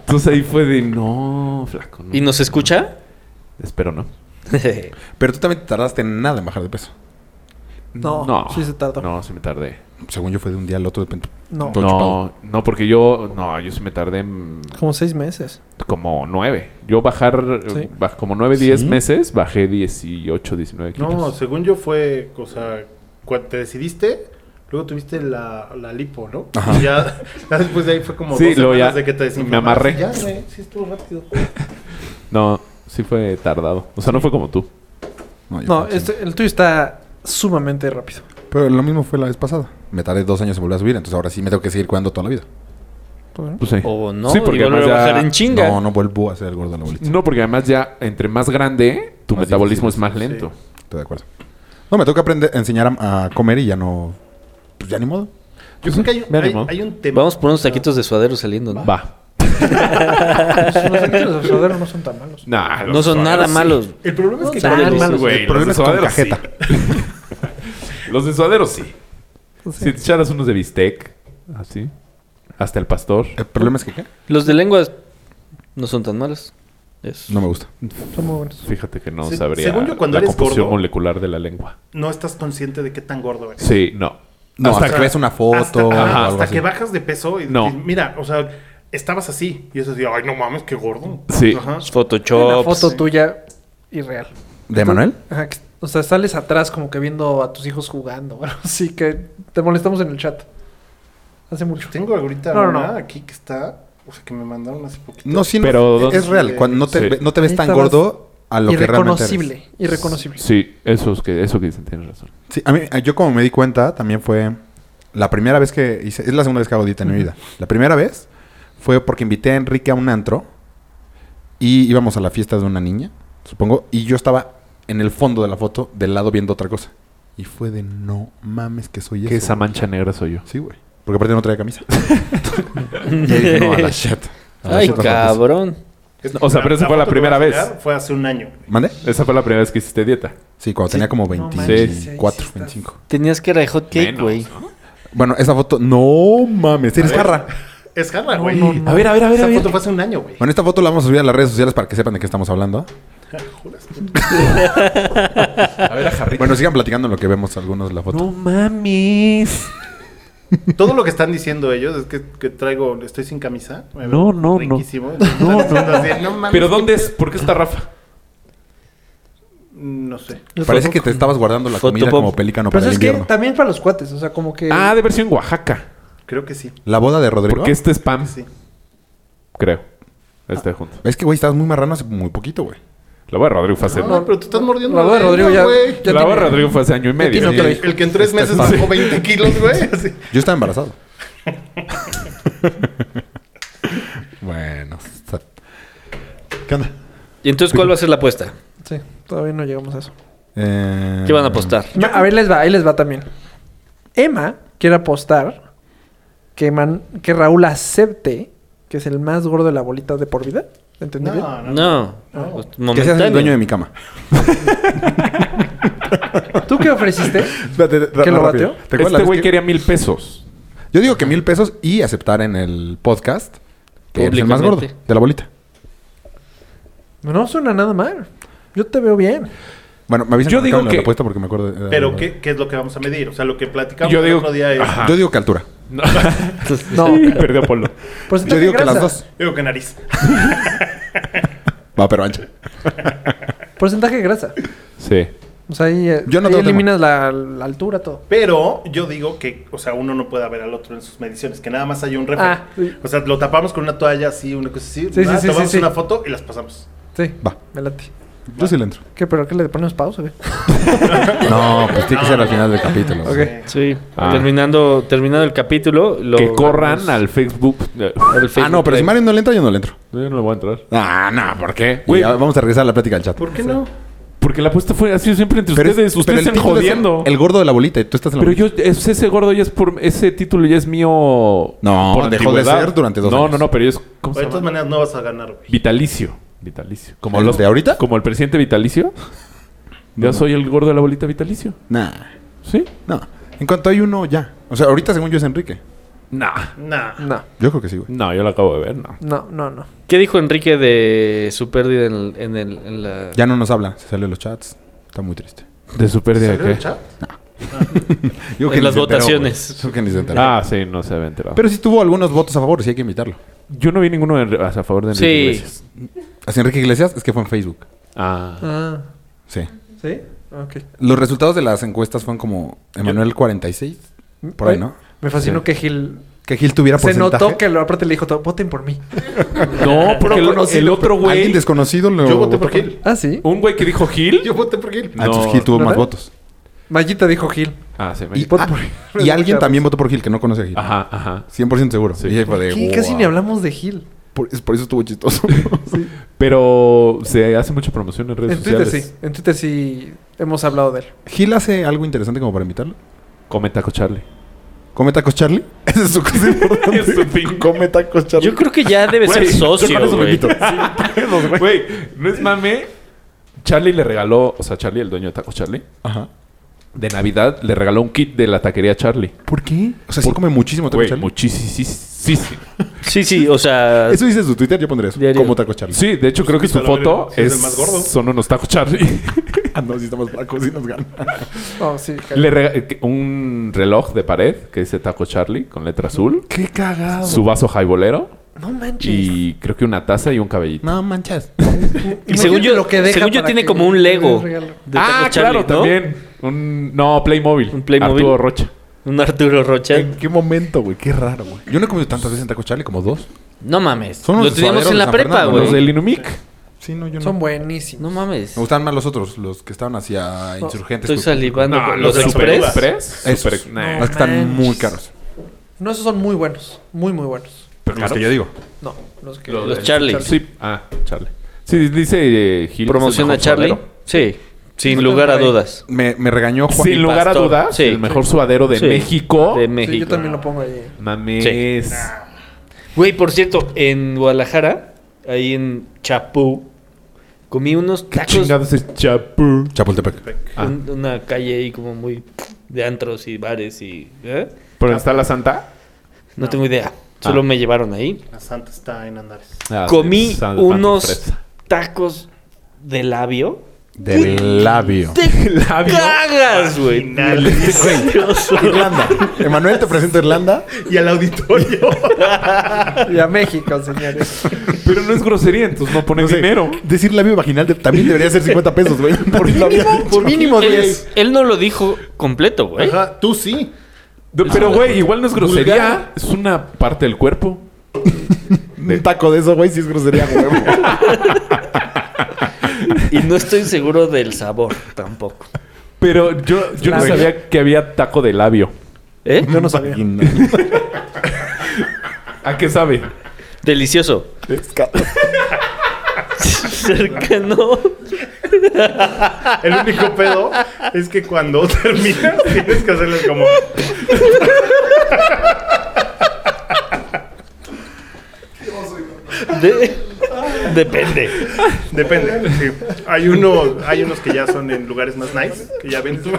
Entonces ahí fue de, no, flaco. no".
¿Y nos escucha?
Espero no.
Pero tú también te tardaste en nada en bajar de peso.
No, sí se tardó.
No, sí me tardé.
Según yo fue de un día al otro de repente.
No.
Todo chupado.
No, no, porque yo, no, yo sí me tardé mm,
Como seis meses.
como nueve. Yo bajar, eh,
Sí.
baj- como nueve, diez
¿Sí?
meses, bajé 18, 19 kilos.
No, según yo fue, o sea, cuando te decidiste, luego tuviste la, la lipo, ¿no? Y ya, ya después de ahí fue como
Sí,
dos
luego ya
semanas de que te
me
desinflamaste.
amarré.
Ya, güey, sí estuvo rápido.
No, sí fue tardado. O sea, no fue como tú.
yo estaba
No,
chingado.
este- el tuyo está sumamente rápido.
Pero lo mismo fue la vez pasada. Me tardé dos años en volver a subir, entonces ahora sí me tengo que seguir cuidando toda la vida.
Bueno,
Pues sí.
O no,
Sí, porque
y volver a
además ya-
bajar en chinga.
No, no vuelvo a ser el gordo de la bolita.
No, porque además ya entre más grande, tu
Más
metabolismo
difícil,
es más lento.
Estoy de acuerdo. No, me tengo que aprender, enseñar a, a comer y ya no. Pues ya ni modo.
Yo creo que hay, un-
Me
hay,
animó.
hay un tema.
Vamos por unos taquitos de suadero saliendo, ¿no?
Va.
pues, los efectos de suadero no son tan malos.
Nah,
No
los
son nada
sudaderos sí.
malos.
El problema es que...
Tan
cada-
malos.
Güey,
el problema
los
es con
sudaderos sí.
cajeta.
los de suaderos sí. Si te echaras unos de bistec, así, hasta el pastor.
El problema es que ¿qué?
Los de lenguas no son tan malos. Es-
No me gusta.
Son muy buenos.
Fíjate que no
Se-
sabría
según yo, cuando
la
eres
composición
gordo-
molecular de la lengua.
No estás consciente de qué tan gordo eres.
Sí, no.
No,
O
hasta,
sea,
que ves una foto
Hasta,
o
ajá,
algo
hasta
así.
que bajas de peso y
No.
dices, mira, o sea, estabas así. Y eso es de, ay, no mames, qué gordo.
Sí.
Ajá.
Oh,
Una
pues
Photoshop.
foto tuya irreal.
¿De Manuel?
Ajá, que- o sea, sales atrás como que viendo a tus hijos jugando. Bueno, sí que te molestamos en el chat. Hace mucho.
Tengo ahorita
No, no,
una
no.
aquí que está, o sea, que me mandaron hace poquito.
No, sí, no.
Pero-
es real. Cuando no te,
Sí.
ve- no te ves tan
Ahí estabas
gordo a lo que realmente eres.
irreconocible. Irreconocible.
Sí, eso, es que, eso que dicen, tienes razón.
Sí, a mí, eh, yo como me di cuenta, también fue la primera vez que hice, es la segunda vez que hago dieta en mi vida. La primera vez fue porque invité a Enrique a un antro y íbamos a la fiesta de una niña, supongo, y yo estaba en el fondo de la foto, del lado viendo otra cosa. Y fue de no mames que soy
Que
eso.
esa
güey".
mancha negra soy yo.
Sí, güey. Porque aparte no traía camisa. y ahí dije, no, a la shit. A la
Ay,
shit,
cabrón.
Es-
O sea, pero esa fue la
foto que
primera
voy a
vez.
sacar Fue hace un año.
¿Mande?
Esa fue la primera vez que hiciste dieta.
Sí, cuando tenía como
No
24,
manches,
sí, ahí sí
24,
estás.
25.
Tenías que era de hot cake,
Menos,
güey.
Bueno, esa foto, no mames, eres
A ver.
jarra.
Es jarra, güey.
no, no.
A ver, a ver, a ver. Esa
a ver.
foto fue hace un año, güey.
Bueno, esta foto la vamos a subir a las redes sociales para que sepan de qué estamos hablando.
Juras.
A ver, a Harry.
Bueno, sigan platicando en lo que vemos algunos de la foto.
no mames.
Todo lo que están diciendo ellos es que, que traigo, estoy sin camisa. me
No,
veo
no, no.
riquísimo.
No,
Están diciendo
no, no.
así, no mames,
Pero ¿dónde
qué
es? ¿Por qué está Rafa?
Mm, No sé.
Parece que te estabas guardando la comida
Fotopop.
como pelícano
Pero
para el
es que
invierno.
también para los cuates, o sea, como que...
Ah, debe haber sido en Oaxaca.
Creo que sí.
La boda de Rodrigo.
Porque este es Pam,
Sí.
creo. Este junto.
Es que, güey, estabas muy marrano hace muy poquito, güey.
La voy de Rodrigo fue hace.
No, pero te estás mordiendo.
La voz de
lengua,
Rodrigo ya-
güey.
ya
la voz de
tiene-
Rodrigo fue hace año y medio.
tiene
Sí.
otro-
El, el que en tres
Estás
meses
mal.
bajó 20 kilos, güey. así.
Yo estaba embarazado. bueno. está- ¿Qué onda?
¿Y entonces cuál va a ser la apuesta?
Sí, todavía no llegamos a eso.
Eh,
¿Qué van a apostar?
Ma- A ver, les va, ahí les va también. Emma quiere apostar que, Man- que Raúl acepte que es el más gordo de la bolita de por vida. ¿Entendí bien?
No, no.
No. pues,
Que seas el
Momentáneo.
dueño de mi cama.
¿Tú qué ofreciste?
Espérate, ra-
¿Que lo
rápido.
bateó?
¿Te acuerdas la
Este
vez
güey
que-
quería mil pesos.
Yo digo que mil pesos y aceptar en el podcast que eres el más gordo
Públicamente.
de la bolita.
No suena nada mal. Yo te veo bien.
Bueno, me avisan
Yo
cuando
digo
acaben
que-
la respuesta porque me acuerdo. de- eh,
Pero, ¿qué, ¿qué es lo que vamos a medir? O sea, lo que platicamos
Yo digo-
el otro día es.
Ajá.
Yo digo que altura.
No.
No.
Perdió Polo.
Yo
Porcentaje
digo
de
que las dos.
grasa.
Digo que nariz.
Va, pero ancha.
Porcentaje de grasa.
Sí.
O sea, ahí, eh,
Yo no
ahí
tengo
eliminas la, la altura, todo.
Pero yo digo que, o sea, uno no puede ver al otro en sus mediciones, que nada más hay un reflejo.
Ah, sí.
O sea, lo tapamos con una toalla así, una cosa así,
Sí,
ah,
sí, sí,
tomamos
sí, sí.
una foto y las pasamos.
Sí.
Va.
Me late.
Yo sí le entro.
¿Qué? ¿Pero qué le ponemos pausa? güey?
No, pues tiene que ser al final del capítulo.
Ok.
güey.
Sí.
Ah.
Terminando, terminando el capítulo. Lo
que corran
vamos
al Facebook. Eh,
al
Ah,
Facebook
no, pero si
Live.
Mario no le entra, yo no le entro.
Yo no le voy a entrar.
Ah, no, ¿por qué?
Güey.
Y ya vamos a regresar a la plática del chat.
¿Por qué no?
Porque la apuesta fue así siempre entre
Pero es-
ustedes.
pero el
ustedes están
título es
jodiendo.
El gordo de la bolita y tú estás en la
Pero
bolita.
yo, es- ese gordo ya es por. Ese título ya es mío.
No,
por
dejó de
antigüedad.
ser durante dos
No,
años.
no, no, pero es. ¿Cómo se
de
llama?
todas maneras no vas a ganar, güey.
Vitalicio. Vitalicio. Como
¿El de ahorita?
Como el presidente vitalicio. Ya soy el gordo de la bolita vitalicio.
Nah,
¿Sí?
no. En cuanto hay uno, ya. O sea, ahorita según yo es Enrique.
Nah.
Nah.
No,
Yo creo que sí, güey.
No, yo lo acabo de ver, no.
no, no, no.
¿Qué dijo Enrique de su pérdida en, el- en el- en la...
Ya no nos habla. Se sale en los chats. Está muy triste.
¿De su pérdida
¿Salió el
qué?
chat?
Yo creo
En
ni
las
se enteró,
votaciones.
güey. Yo creo que ni se enteró.
Ah, sí, no se había enterado.
Pero sí tuvo algunos votos a favor, sí hay que invitarlo.
yo no vi ninguno de- a favor de Enrique
Sí.
Iglesias.
Así Enrique Iglesias es que fue en Facebook.
Ah.
Ah,
Sí.
¿sí? Ok.
Los resultados de las encuestas fueron como Emanuel 46. Por ahí, ¿no?
Me fascinó que Gil...
Que Gil tuviera
Se
porcentaje.
notó que lo- aparte le dijo todo, voten por mí.
Ah.
No, porque el, el otro güey.
Alguien desconocido lo
Yo voté por
votó.
Gil.
Ah, sí.
Un güey que dijo Gil.
Yo voté por Gil.
Ah, entonces
No.
Gil tuvo
¿No
más
era?
votos.
Mallita dijo Gil.
Ah, se me.
Y,
voto
ah,
por-
y alguien también votó por Gil, que no conoce a Gil.
Ajá, ajá.
100% seguro.
Sí.
Y ahí fue de,
¿Qué? Casi
wow.
ni hablamos de Gil.
Por, es- por eso estuvo chistoso.
Pero se hace mucha promoción en redes
En Twitter
sociales.
sí. En Twitter sí hemos hablado de él.
Gil hace algo interesante como para invitarlo.
Come taco Charlie.
¿Come tacos Charlie? Ese es su cosa importante.
Es su fin.
Come tacos Charlie.
Yo creo que ya debe ser
Güey,
socio,
Con eso me
güey.
invito.
Güey, no es mame. Charlie le regaló, o sea, Charlie, el dueño de Taco Charlie,
Ajá.
de Navidad le regaló un kit de la taquería Charlie.
¿Por qué? O sea, sí
Por-
come muchísimo tacos
Güey,
Charlie.
muchísimo.
Sí, sí, o sea...
Eso dice su Twitter, yo pondré eso.
Diario.
Como tacos Charlie.
Sí, de hecho creo que su
quita la
foto
verga, si
es,
es el más gordo.
son unos tacos Charlie.
Ah, no, si estamos flacos, sí nos gana.
No, sí. Gil.
le rega- un reloj de pared que dice Taco Charlie con letra azul,
¡Qué cagado!
su vaso jaibolero
No manches.
y creo que una taza y un cabellito.
No manchas.
Y según yo,
Lo que deja
según yo
para
tiene
que
como un Lego.
le regalo.
de
ah,
Taco Charlie,
claro,
¿no?
también. Un no, Playmobil.
Un Playmobil.
Arturo Rocha.
Un Arturo Rocha.
¿En qué momento, güey? Qué raro, güey. Yo no he comido tantas veces en tacos Charlie como dos.
No mames.
Son unos
Lo teníamos
suaderos
en
de
la
San
prepa,
Fernando,
Ah, güey.
Los del Inumic.
Sí, no, yo
Son buenísimos.
No mames.
Me gustaban más los otros, los que estaban hacia insurgentes.
Estoy
Cus-
salivando. con- los,
los de
Express.
Super Uva.
Express.
Esos.
Super- nah.
Los que están
manches.
muy caros.
No, esos son muy buenos. Muy, muy buenos.
Pero los que yo digo.
No, los que...
Los Charlie.
Sí. Ah, Charlie. Sí, dice eh, Gil.
Promoción a
es el mejor
Charlie.
suadero.
Sí. Sin
Están
lugar a
por ahí.
dudas.
Me, me regañó Juan.
Sin lugar a
Pastor.
dudas,
Sí.
el mejor sudadero de
Sí.
México.
De
Sí, yo
México.
también lo pongo ahí.
Mames.
Güey, por cierto, en Guadalajara, ahí en Chapú, comí unos tacos.
Chingados es chapu.
Chapultepec.
Ah.
un- una calle ahí como muy de antros y bares y... ¿eh?
¿Pero está la santa?
No, tengo idea. Solo me llevaron ahí.
La santa está en Andares.
Ah,
Comí
sí, Santa
unos
Fresa.
tacos de labio
Del labio.
¡Cagas, güey!
Irlanda. Emanuel, te presento a Irlanda.
Y al auditorio.
Y a México, señores.
Pero no es grosería, entonces no ponen
No sé,
dinero.
Decir labio vaginal te- también debería ser 50 pesos, güey. Por labio.
Por mínimo 10.
Él, él no lo dijo completo, güey.
Ajá, tú sí.
No, Pero, güey, igual no es grosería. Es una parte del cuerpo.
Un taco de eso, güey, sí es grosería, güey.
Y no estoy seguro del sabor tampoco.
Pero yo, yo no
Labio.
sabía que había taco de labio.
¿Eh?
Yo no sabía.
¿A qué sabe?
Delicioso. Cercano.
El único pedo es que cuando terminas tienes que hacerles como.
De- Depende.
Depende. sí. Hay, uno, hay unos que ya son en lugares más nice, que ya venden.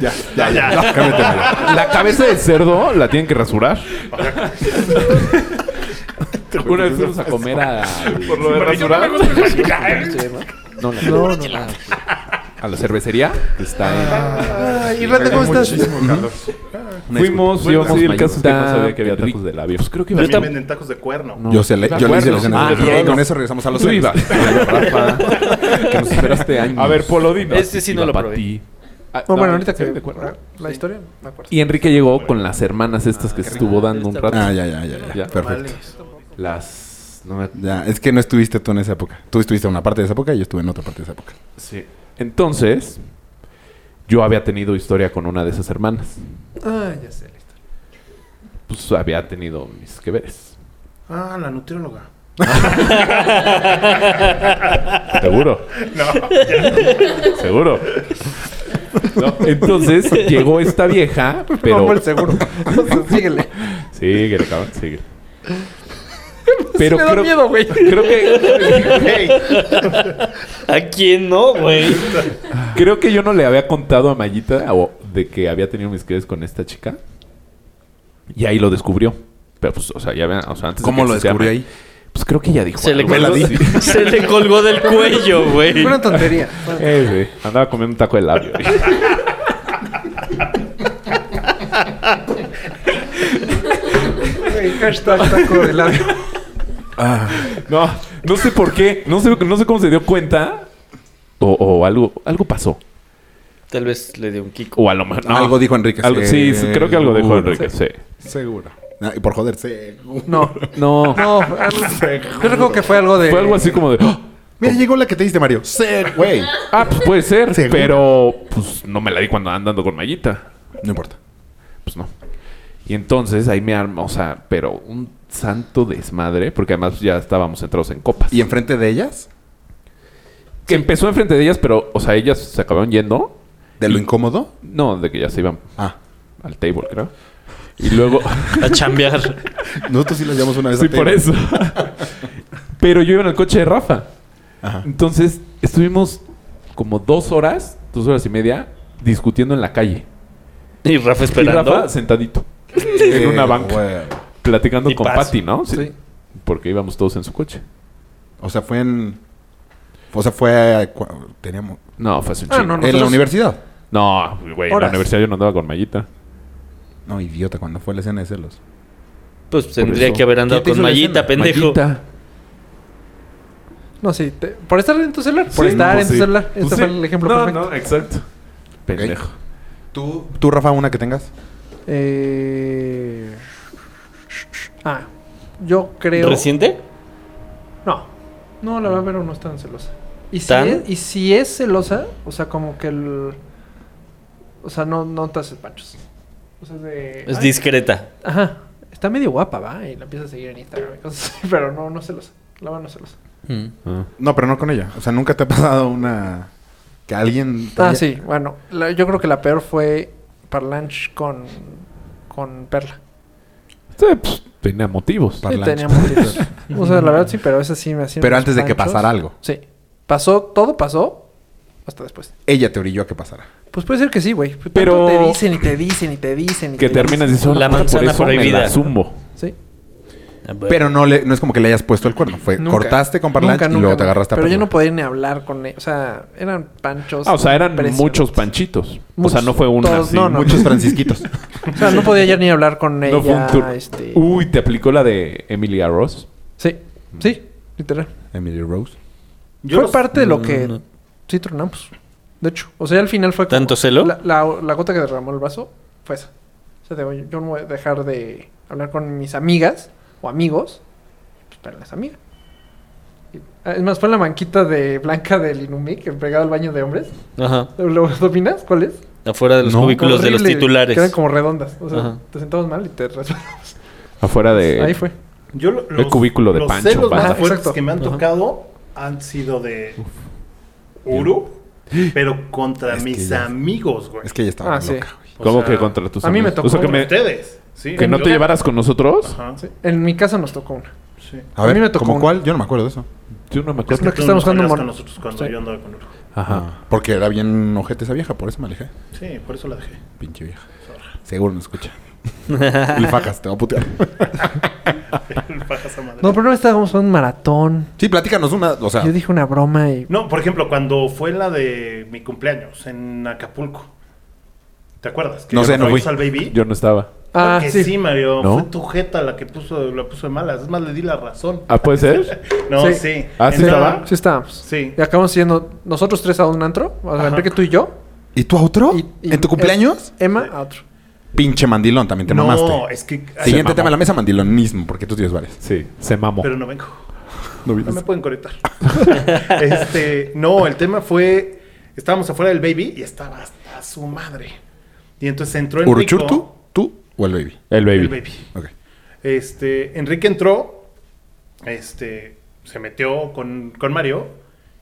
Ya, ya, ya.
Ya.
No, cámbiate, güey.
La cabeza del cerdo la tienen que rasurar. Una vez fuimos a comer a,
Por lo de rasurar.
No, no, no.
a la cervecería. que Está en...
Ay, Irlanda, ¿cómo estás?
Fuimos, yo sí, el caso es que no sabía que había
Rico.
tacos de labio. Pues creo que
Yo
También
tam-
venden tacos de cuerno.
Yo, se le, yo le hice los
Ah,
cenas.
no,
Y
no.
con eso regresamos a los
Tú
cenas.
ibas.
Que nos esperaste años.
A ver, Polo, dinos.
Este sí no
Iba
lo
pa'
probé.
ti. Ah,
No, bueno,
no,
ahorita
sí,
que ah,
de acuerdo.
La historia, no me acuerdo.
Y Enrique llegó con las hermanas estas que se estuvo dando un rato.
Ah, ya, ya, ya, ya.
Ya.
Perfecto.
Las... No me...
Ya, es que no estuviste tú en esa época. Tú estuviste en una parte de esa época y yo estuve en otra parte de esa época.
Sí. Entonces, yo había tenido historia con una de esas hermanas.
Ah, ya sé la historia.
Pues había tenido mis que veres.
Ah, la nutrióloga.
Seguro. Seguro. No, entonces llegó esta vieja, pero.
Como el seguro. Síguele.
Síguele, cabrón, síguele. Pero
me da
creo,
miedo, güey.
creo que
¿A quién no, güey?
creo que yo no le había contado a Mayita o- de que había tenido mis queres con esta chica. Y ahí lo descubrió. Pero pues, o sea, ya vean, o sea, antes de que existiera May- Pues creo que ya dijo.
Se le,
algo,
colgó,
¿verdad? Sí.
se le colgó del cuello, güey.
Fue una tontería. Bueno,
Eh, sí. Andaba comiendo un taco de labio. güey.
güey, hashtag taco de labio.
No, no sé por qué. No sé, no sé cómo se dio cuenta. O, o algo, algo pasó.
Tal vez le dio un kiko.
O a lo mejor. no.
Algo dijo Enrique,
Algo- sí, sí, creo que algo dijo
seguro.
Enrique. Sí.
Seguro. Ah, y por joder, seguro.
No,
No.
no. algo- Yo recuerdo que fue algo de.
Fue algo así como de. "Ah,
Mira, llegó la que te diste, Mario. Se, güey.
Ah, pues puede ser.
Seguro.
Pero pues no me la di cuando andando con Mayita.
No importa.
Pues no. Y entonces ahí me arma, o sea, pero un santo desmadre, porque además ya estábamos entrados en copas.
¿Y em- enfrente de ellas?
que empezó enfrente de ellas, pero, o sea, ellas se acabaron yendo.
¿De lo incómodo?
No, de que ya se iban
Ah.
al table, creo. Y luego.
A chambear.
Nosotros sí las llamamos una vez
Sí,
a table.
por eso. Pero yo iba en el coche de Rafa.
Ajá.
Entonces, estuvimos como dos horas, dos horas y media, discutiendo en la calle.
Y Rafa esperando.
Y Rafa sentadito. en una
Eh,
banca.
güey.
Platicando
Y
con
paz.
Patty, ¿no? Sí.
Sí.
Porque íbamos todos en su coche.
O sea, fue en... O sea, fue... cu- Teníamos...
No, fue hace un
Ah,
chingo.
no, no.
no,
¿En la
Nosotros-
universidad?
güey. En la
Horas.
universidad yo no andaba con Mallita.
No, idiota. cuando fue la escena de celos?
Pues
Por
tendría
eso.
que haber andado
¿Quién
con
te hizo la
Mallita,
escena?
pendejo.
Mallita.
No, sí. te- Por estar en tu celular. Por
Sí,
estar
no,
en tu
sí.
celular.
Pues
Este
sí.
fue el ejemplo
no,
perfecto.
No, exacto. Pendejo.
¿Tú? ¿Tú, Rafa, una que tengas?
Eh... Ah, yo creo.
¿Reciente?
No, no, la verdad, Vero no es Mm. tan celosa. Y si,
¿Tan?
Es, y si es celosa, o sea, como que el. O sea, no, no te haces panchos. O sea, de.
Es
"Ay,
discreta.
Ajá, está medio guapa, va. Y la empiezas a seguir en Instagram y cosas así, pero no, no celosa. La verdad, no celosa.
Ah.
No, pero no con ella. O sea, ¿nunca te ha pasado una... Que alguien... te
Ah,
haya-
sí, bueno, la- yo creo que la peor fue Parlanch con. con Perla.
Sí, pues, tenía motivos.
Sí,
Parlanch.
tenía motivos. O sea, la verdad sí, pero esa sí me hacía.
Pero
unos
antes de que
panchos.
pasara algo.
Sí. Pasó, todo pasó hasta después.
Ella te orilló a que pasara.
Pues puede ser que sí, güey. Tanto
Pero-
te dicen y te dicen y te dicen. y
Que
te
terminas
dicen.
diciendo
La
"Ah, por
manzana
eso me
prohibida".
la zumbo.
Sí.
Ah, Pero no, le, no es como que le hayas puesto el cuerno. Fue
Nunca.
cortaste con parlanche
Nunca,
y
nunca,
luego te
nunca.
agarraste a
Pero yo no
Paco.
podía ni hablar con él. O sea, eran panchos.
Ah, o sea, eran
impresionantes.
muchos panchitos. o sea,
Muchos.
no fue una
Todos,
así.
no, no.
Muchos francisquitos.
O sea, no podía ya ni hablar con ella.
No fue un tour.
este...
Uy, te aplicó la de Emilia Ross.
Sí, sí, literal.
Emily Rose.
fue parte de lo que sí tronamos. De hecho, o sea, al final fue. como-
¿Tanto celo?
La, la- la gota que derramó el vaso fue esa. O sea, digo, yo no voy a dejar de hablar con mis amigas o amigos. Pues para las amigas. Y- ah, Es más, fue en la banquita de Blanca del Inumic, pegada al baño de hombres.
Ajá.
¿Lo lo opinas? ¿Cuál es?
Afuera de los
No.
cubículos de los
Horrible, Que eran
titulares.
como redondas. O sea,
Ajá.
te sentabas mal y te resbalabas.
Afuera de.
Ahí fue.
Yo lo-
El cubículo de
los
Pancho,
celos más
banda.
fuertes
Exacto.
que me han tocado han sido de Uru, pero contra
Es que
mis
ya-
amigos, güey.
Es que ella estaba
Ah, sí.
loca. güey.
O
¿Cómo
sea,
que contra tus
a mí me
amigos?
tocó
O sea, que,
Con
me-
ustedes, sí.
que no
Yo-
te llevaras con nosotros.
Ajá, sí.
En mi casa nos tocó una.
sí.
A
A
ver,
mí me tocó
¿cómo
una.
cuál? Yo no me acuerdo de eso.
Yo no me
Es
acuerdo.
Creo
que
que
tú
estamos
nos
jugando
peleas
mon-
con nosotros cuando
Sí.
yo andaba con Uru.
Ajá.
Ah, Porque era bien ojete esa vieja, por eso me alejé.
Sí, por eso la dejé.
Pinche vieja. Seguro no escucha. y fajas, te va a putear.
Bajas a madre.
No, pero no estábamos en un maratón.
Sí, platícanos una. O sea,
Yo dije una broma y.
No, por ejemplo, cuando fue la de mi cumpleaños en Acapulco. ¿Te acuerdas?
No sé, no
fuimos
fui.
al baby.
Yo no estaba.
Claro
Ah,
que
sí.
sí, Mario.
¿No?
Fue tu jeta la que puso, la puso de malas. Es más, le di la razón.
Ah, ¿puede ser?
No,
Sí.
sí.
Ah, ¿sí
Entraba-
estaba?
Sí estábamos.
Sí.
Y acabamos siendo nosotros tres a un antro. O sea,
Ajá.
Enrique, tú y yo.
¿y tú a otro?
Y, y-
¿Oh? ¿En tu cumpleaños?
eh, Emma a otro.
Pinche mandilón, también te
no, eh,
mamaste.
es que. ay,
Siguiente
mamó.
tema de la mesa, mandilonismo, porque tú tienes varias.
Sí, se mamó.
Pero no vengo.
No
No me pueden conectar. este, no, el tema fue. Estábamos afuera del baby y estaba hasta su madre. Y entonces entró Enrico.
¿Uruchurtu? ¿Tú o el baby?
El baby.
El baby.
Ok.
Este, Enrique entró, este, se metió con, con Mario,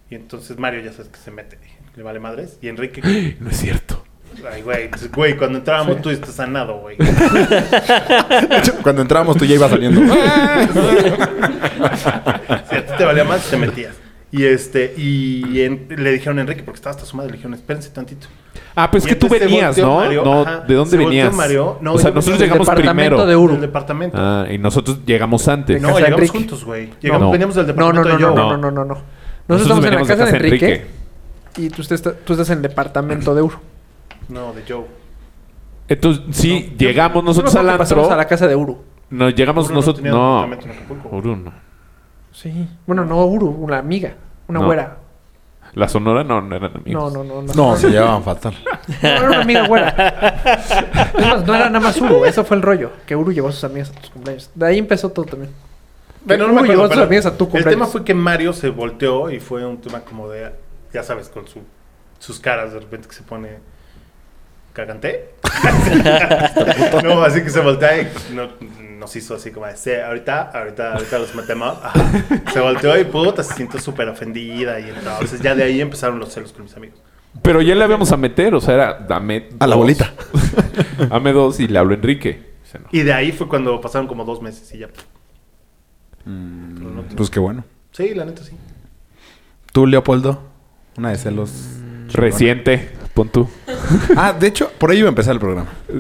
y entonces Mario ya sabes que se mete, le vale madres, y Enrique,
No es cierto.
ay, güey, pues, güey, cuando entrábamos tú estás sanado, güey.
De hecho, cuando entrábamos tú ya ibas saliendo.
Si a ti te valía más, te metías. Y este, y en- le dijeron a Enrique, porque estaba hasta su madre, le dijeron, espérense tantito.
Ah, pues
Y
que tú
entonces se
venías,
volteó
¿no?
Mario,
no,
ajá,
¿de dónde
se volteó
venías?
Mario. No,
o sea,
yo venía
nosotros
del
llegamos
departamento
primero.
de Uru.
Del departamento.
Ah, y nosotros llegamos antes.
no,
casa de
llegamos
Enrique.
juntos, güey. Llegamos,
No.
veníamos del
No, no,
departamento
no,
de yo.
no, no,
yo.
no, no, no.
Nosotros
Nosotros, estamos en la
veníamos
casa de Enrique, y tú, estás- tú estás en el departamento de Uru.
No, de Joe.
Entonces, sí, llegamos nosotros
Yo me
al
acuerdo que pasamos
antro.
a la casa de Uru.
No, llegamos
Uru no
nosotros.
tenía
No.
departamento en Acapulco.
Uru no.
Sí. Bueno, no Uru, una amiga. Una
No.
güera.
La Sonora no, no eran
No,
amigos.
no, no, no.
no, se llevaban fatal.
No, era una amiga güera. Es más, no era nada más Uru. Eso fue el rollo. Que Uru llevó a sus amigas a tus cumpleaños. De ahí empezó todo también.
Bueno, no
Uy,
me acuerdo,
llevó a sus
pero
amigas a tu
El
cumpleaños.
tema fue que Mario se volteó y fue un tema como de, ya sabes, con su, sus caras de repente que se pone cagante. no, así que se voltea y no- nos hizo así como de, "Sí, ahorita, ahorita, ahorita los metemos. Ajá. Se volteó y puta, se sintió súper ofendida y entonces ya de ahí empezaron los celos con mis amigos.
Pero ya le habíamos a meter, o sea, era dame.
A la
dos.
bolita.
Dame dos y le habló Enrique. Dice, no.
Y de ahí fue cuando pasaron como dos meses y ya.
Pues qué bueno.
Sí, la neta sí.
Tú, Leopoldo, una de celos.
Reciente, pon tú.
Ah, de hecho, por ahí iba a empezar el programa.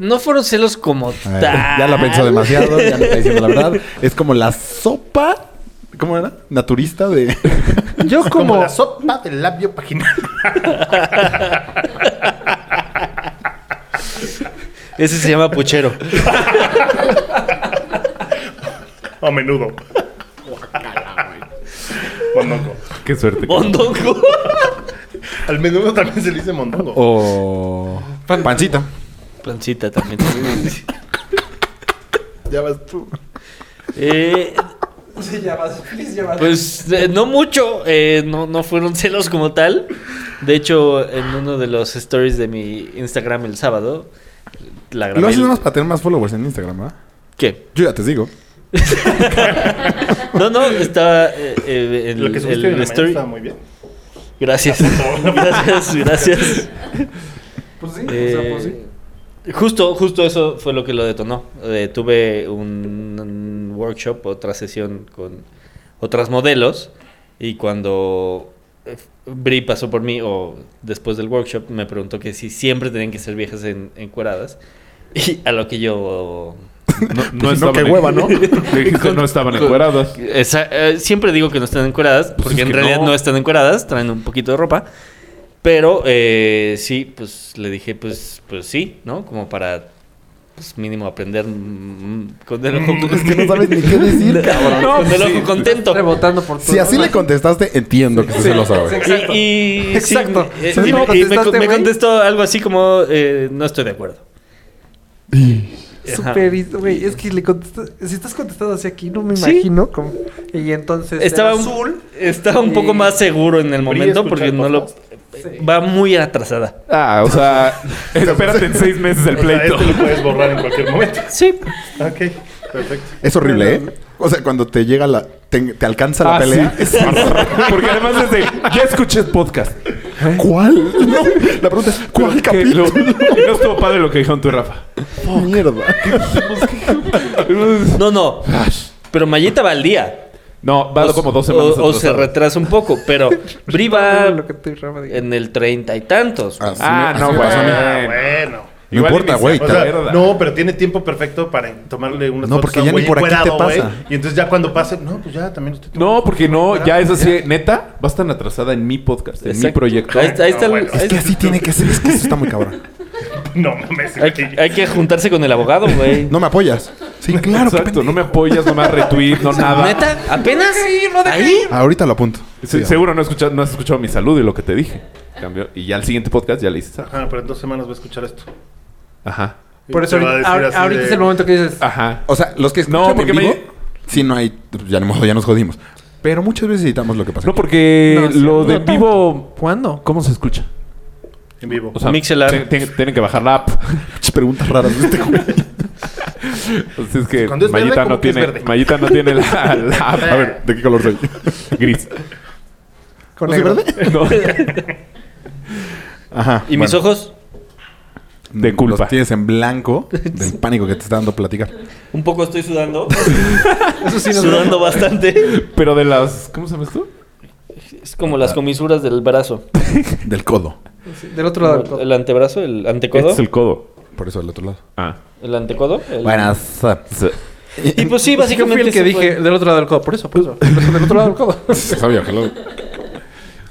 No fueron celos como
A ver,
tal.
ya la pensó demasiado, ya no está diciendo la verdad. Es como la sopa. ¿Cómo era? Naturista de.
Yo
Como
como...
la sopa del labio paginal.
Ese se llama puchero.
A menudo. Mondongo.
Qué suerte.
Mondongo.
Al menudo también se le dice mondongo.
O. Pancita.
Pancita también.
Ya vas tú.
eh, pues eh, no mucho. eh, no, no fueron celos como tal. De hecho, en uno de los stories de mi Instagram el sábado, la grabé.
Lo haces
el-
nada más para tener más followers en Instagram, ¿verdad?
¿Qué?
Yo ya te digo.
No, no, estaba eh, eh, el,
Lo que
el
subiste en la mañana
story.
estaba muy bien.
Gracias. gracias, gracias.
Pues sí,
Eh, Justo, justo eso fue lo que lo detonó. Eh, tuve un, un workshop, otra sesión con otras modelos y cuando eh, Bri pasó por mí o después del workshop me preguntó que si siempre tenían que ser viejas en, encueradas y a lo que yo
No, no
Pues no,
estaban
qué
en-
hueva, ¿no?
Le dijiste, no estaban encueradas.
Esa- eh, siempre digo que no están encueradas, porque
Pues es
en
que
realidad
no.
no. están encueradas, traen un poquito de ropa. Pero eh, sí, pues le dije, pues, pues sí, ¿no? Como para pues, mínimo aprender mm, con el ojo
Es que no sabes ni qué decir, cabrón.
No, con el ojo contento.
Rebotando por todo.
Si así le contestaste, entiendo que usted
Sí.
lo sabe.
Exacto.
Y, y sí,
Exacto.
eh,
¿Sabes
y-
cómo
y me,
contestaste,
me
güey?
contestó algo así como, eh, no estoy de acuerdo. Ajá.
Super, güey, es que le contestas, si estás contestando así aquí, no me imagino como- y entonces
Estaba
era
un,
azul.
estaba un poco
y-
más seguro en el momento porque no lo... Va muy atrasada.
Ah, o sea, espérate en seis meses el pleito.
Este lo puedes borrar en cualquier momento.
Sí.
Ok, perfecto.
Es horrible, ¿eh? O sea, cuando te llega la... Te, te alcanza la
Ah,
pelea.
sí. Porque además es de, ya escuché el podcast.
¿Cuál? No, la pregunta es, ¿cuál
Que lo-
capítulo?
y no estuvo padre lo que dijeron tú y Rafa.
Mierda.
No, no. Pero Mayita va al día.
No, va
O-
como dos semanas
O, o se
atrasado.
retrasa un poco, pero Bri va
Lo que te Rafa, diga.
Ah. en el treinta y tantos.
Así
Ah,
me-
no,
así me
güey.
pasó pues, a mí.
Ah, bueno.
No
Igual
importa,
inicia-
güey.
O
te-
sea,
Mierda.
no, pero tiene tiempo perfecto para tomarle unas
No,
fotos
porque
a un
ya ni
güey
por aquí te
encuerado, güey.
pasa.
Y entonces ya cuando pase, no, pues ya también usted
No, porque no, ya es así, neta, vas tan atrasada en mi podcast, en mi
Exacto.
proyecto.
Ahí, está- ahí está el-
No, bueno.
ahí-
Es que así tiene que ser. Es que eso está muy cabrón.
No mames.
hay, hay que juntarse con el abogado, güey.
No me apoyas. Sí, claro. qué
Exacto,
pendejo.
no me apoyas, no me das retweet, no nada.
¿Neta? ¿Apenas? ¿Ahí?
Ahorita lo apunto.
Se-
Sí,
seguro no, escucha- no has escuchado mi salud y lo que te dije. Cambio. Y ya al siguiente podcast ya le dices. ah,
Ah, pero en dos semanas va a escuchar esto.
Ajá.
Por eso
Te va a
ahorita,
decir
ahor-
así
ahorita
de-
es el momento que dices,
Ajá.
O sea, los que escuchan
No, porque
en vivo,
me-
sí no hay... Ya, ni modo, ya nos jodimos. Pero muchas veces editamos lo que pasa.
No, porque
No, sí,
lo
no
de
tanto.
vivo,
¿cuándo?
¿cómo se escucha?
En vivo.
O sea,
Mixelar.
te- te- tienen que bajar la app.
Pinches preguntas raras de este güey.
Entonces es que
Cuando es verde,
Mayita no
¿cómo que es
tiene,
verde?
Mayita no tiene la, la app.
A ver, ¿de qué color soy?
Gris.
Con
¿No soy
negro.
verde?
No,
Ajá.
¿Y mis
bueno.
ojos?
de culpa.
Los tienes en blanco del pánico que te está dando platicar.
Un poco estoy sudando.
Eso sí nos
sudando bastante.
Pero de las. ¿Cómo se llama esto?
Es como las comisuras del brazo.
Del codo.
Del otro lado. del codo.
El antebrazo, el
Este
antecodo.
es el codo.
Por eso del otro lado.
Ah.
El antecodo. el-
Buenas.
Y pues sí,
Yo fui
básicamente.
el que
eso
dije,
fue.
del otro lado del codo, por eso, por eso. Por eso, del otro lado del codo.
Sabía que lo...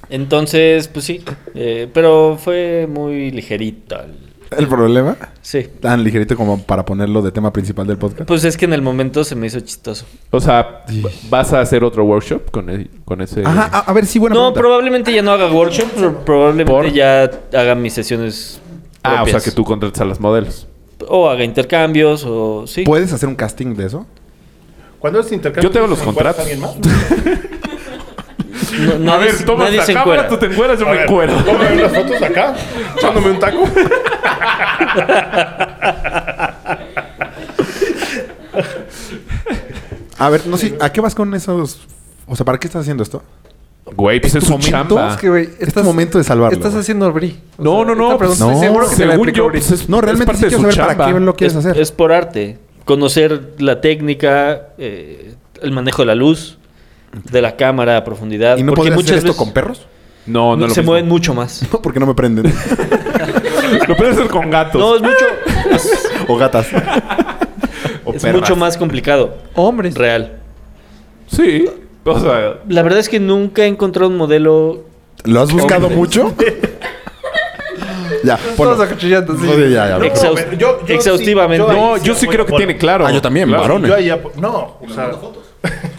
Entonces, pues sí. eh, pero fue muy ligerito. el-
El problema,
Sí.
tan ligerito como para ponerlo de tema principal del podcast.
Pues es que en el momento se me hizo chistoso.
O sea, ¿vas a hacer otro workshop con, e- con ese?
Ajá, ah, a, a ver, sí, buena
no,
pregunta.
probablemente ya no haga workshop, pero probablemente
¿Por?
ya haga mis sesiones.
Ah, o sea,
propias.
que tú contratas a las modelos.
O haga intercambios, o sí.
Pues,
¿Puedes hacer un casting de eso?
Cuando es intercambio?
Yo tengo los
¿Encuentras a
contratos.
alguien más?
No, nadie se- nadie se encuera.
tú te encueras, yo
A
me
ver,
encuero.
Ponme unas fotos acá, echándome un taco.
A ver, no sé, ¿a qué vas con esos? O sea, ¿para qué estás haciendo esto?
Güey, pues es su chamba.
Es que, güey,
Es tu momento de salvarlo,
Estás
güey.
haciendo brí. O
No,
sea,
no, no.
esta
pues,
pregunta
no,
estoy seguro que te la
según
aplicó
yo,
Bri.
pues es,
No, realmente
es
sí
parte de
quiero
su
saber para
chamba.
qué lo quieres
es,
hacer.
es por arte. Conocer la técnica, eh, el manejo de la luz, de la cámara a profundidad.
¿Y no
porque
podrías hacer
muchas
esto
veces
con perros?
No, no, lo
se
mismo.
mueven mucho más.
No, porque no me prenden.
Lo puedes hacer con gatos.
No, es mucho, es,
o gatas.
o
es
perras.
mucho más complicado.
Hombres.
Real.
Sí. O sea,
La verdad es que nunca he encontrado un modelo.
¿Lo has buscado
Hombres.
mucho? ya,
Todos
ponlo.
acuchillando, sí.
Oye, ya, ya.
Exhaust-
pero yo- yo
exhaustivamente.
sí,
no,
ahí
yo sí
apoyo
creo que
por-
tiene claro.
Ah, yo también,
Claro.
varones.
Yo ahí apo- No, o sea,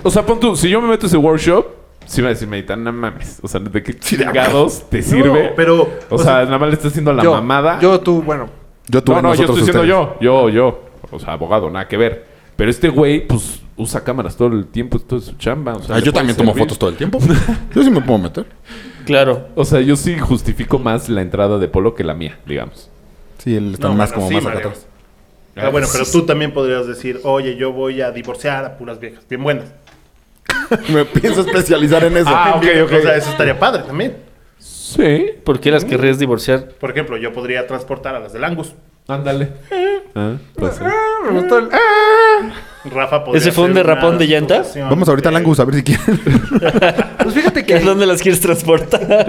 O sea, pon tú, si yo me meto a ese workshop, sí me va a decir, medita, no mames. O sea, ¿de qué chingados te sirve?
no, pero.
O sea, nada más le estás haciendo la
Yo,
mamada.
Yo, tú, bueno.
Yo tuve
no, no, yo estoy
nosotros
diciendo
ustedes.
yo. Yo, yo. O sea, abogado, nada que ver. Pero este güey, pues, usa cámaras todo el tiempo, esto es su chamba. O sea,
Ah,
le
yo
puede
también tomo
servir.
fotos todo el tiempo. yo sí me puedo meter.
Claro.
O sea, yo sí justifico más la entrada de Polo que la mía, digamos.
Sí, él está
No,
más
bueno,
como
sí,
más acá
Mario.
atrás.
Ah, bueno, pero tú también podrías decir, oye, yo voy a divorciar a puras viejas, bien buenas.
Me pienso especializar en eso.
Ah, ok, ok.
O sea, eso estaría padre también.
Sí.
¿Por qué las querrías divorciar?
Por ejemplo, yo podría transportar a las del Angus.
Ándale. Ah, pues sí.
Me gustó el-
Rafa podría.
¿Ese fue un
hacer
derrapón
una
de llanta?
situación
Vamos ahorita al
de-
Angus a ver si quieren.
Pues fíjate
¿A
que.
dónde las quieres transportar?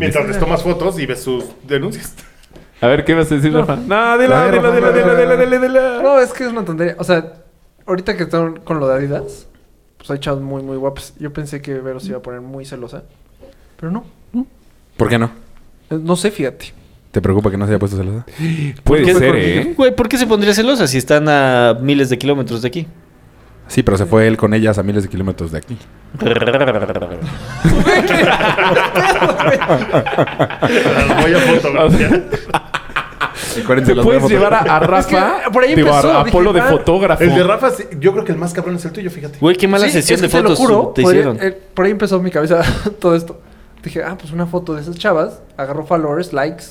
Mientras les tomas fotos y ves sus denuncias.
A ver, ¿qué vas a decir, Rafa? No,
dila,
dila, dila, dila, dila, dila, dila, dila.
No, es que es una tontería. O sea, ahorita que están con lo de Adidas, pues hay chavos muy, muy guapos. Yo pensé que Vero se iba a poner muy celosa. Pero no.
¿Por qué no?
Eh, No sé, fíjate.
¿Te preocupa que no se haya puesto celosa?
Puede
¿Qué?
ser,
¿Por qué?
¿eh?
Güey, ¿por qué se pondría celosa si están a miles de kilómetros de aquí?
Sí, pero se fue él con ellas a miles de kilómetros de aquí.
Las voy a fotografiar.
Te puedes llevar a, a Rafa,
Es que por ahí
digo, a-
empezó,
a,
dije,
Polo de
ah,
fotógrafo.
El de Rafa, sí, yo creo que el más cabrón es el tuyo, fíjate.
Güey, qué mala
Sí,
sesión
es
de
que te lo
fotos
juro,
te
por ahí-
hicieron.
eh, por ahí empezó en mi cabeza todo esto. Dije, ah, pues una foto de esas chavas. Agarró followers, likes.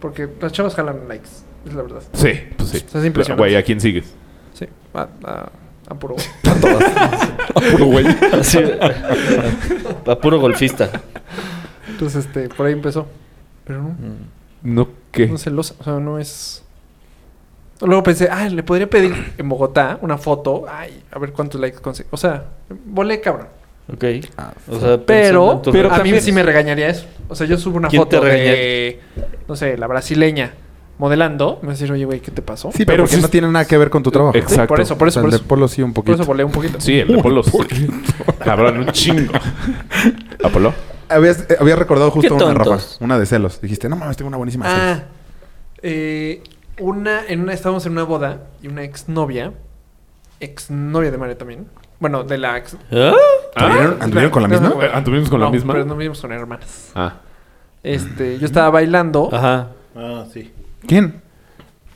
Porque las chavas jalan likes. Es la verdad.
Sí, pues sí.
Estás impresionante.
Güey, ¿a quién sigues?
Sí. A, a, a puro.
Así, a puro golfista.
Entonces, este, por ahí empezó. Pero no,
No, ¿qué?
no es celosa. O sea, no es... Luego pensé, ah, le podría pedir en Bogotá una foto. Ay, a ver cuántos likes consigo. O sea, volé cabrón.
Ok. Ah, O sea, pensando
Pero,
en tus
pero a mí
relaciones.
sí me regañaría eso. O sea, yo subo una
¿Quién
foto
te regaña?
de, no sé, la brasileña modelando. Me va a decir, oye, güey, ¿qué te pasó?
Sí, pero,
Pero
porque
sí-
no tiene nada que ver con tu trabajo.
Exacto.
Por eso, por
O
eso,
sea,
por
el de
eso.
Polo sí un
Por
poquito.
eso volé un poquito.
Sí, el de Polo. sí. Cabrón, un chingo. ¿Apolo?
Habías, eh, habías recordado justo
Qué
una, Rafa.
tontos.
Una de celos. Dijiste, no mames, tengo una buenísima
Ah,
celos.
eh, una, en una, estábamos en una boda y una exnovia, exnovia de Mario también. Bueno, de la ex.
¿Ah?
¿Anduvieron, anduvieron con la misma?
Eh, ¿anduvimos con la misma?
Pero no vivimos con hermanas.
Ah.
Mm.
Este, yo estaba bailando.
Ajá.
Ah, sí.
¿Quién?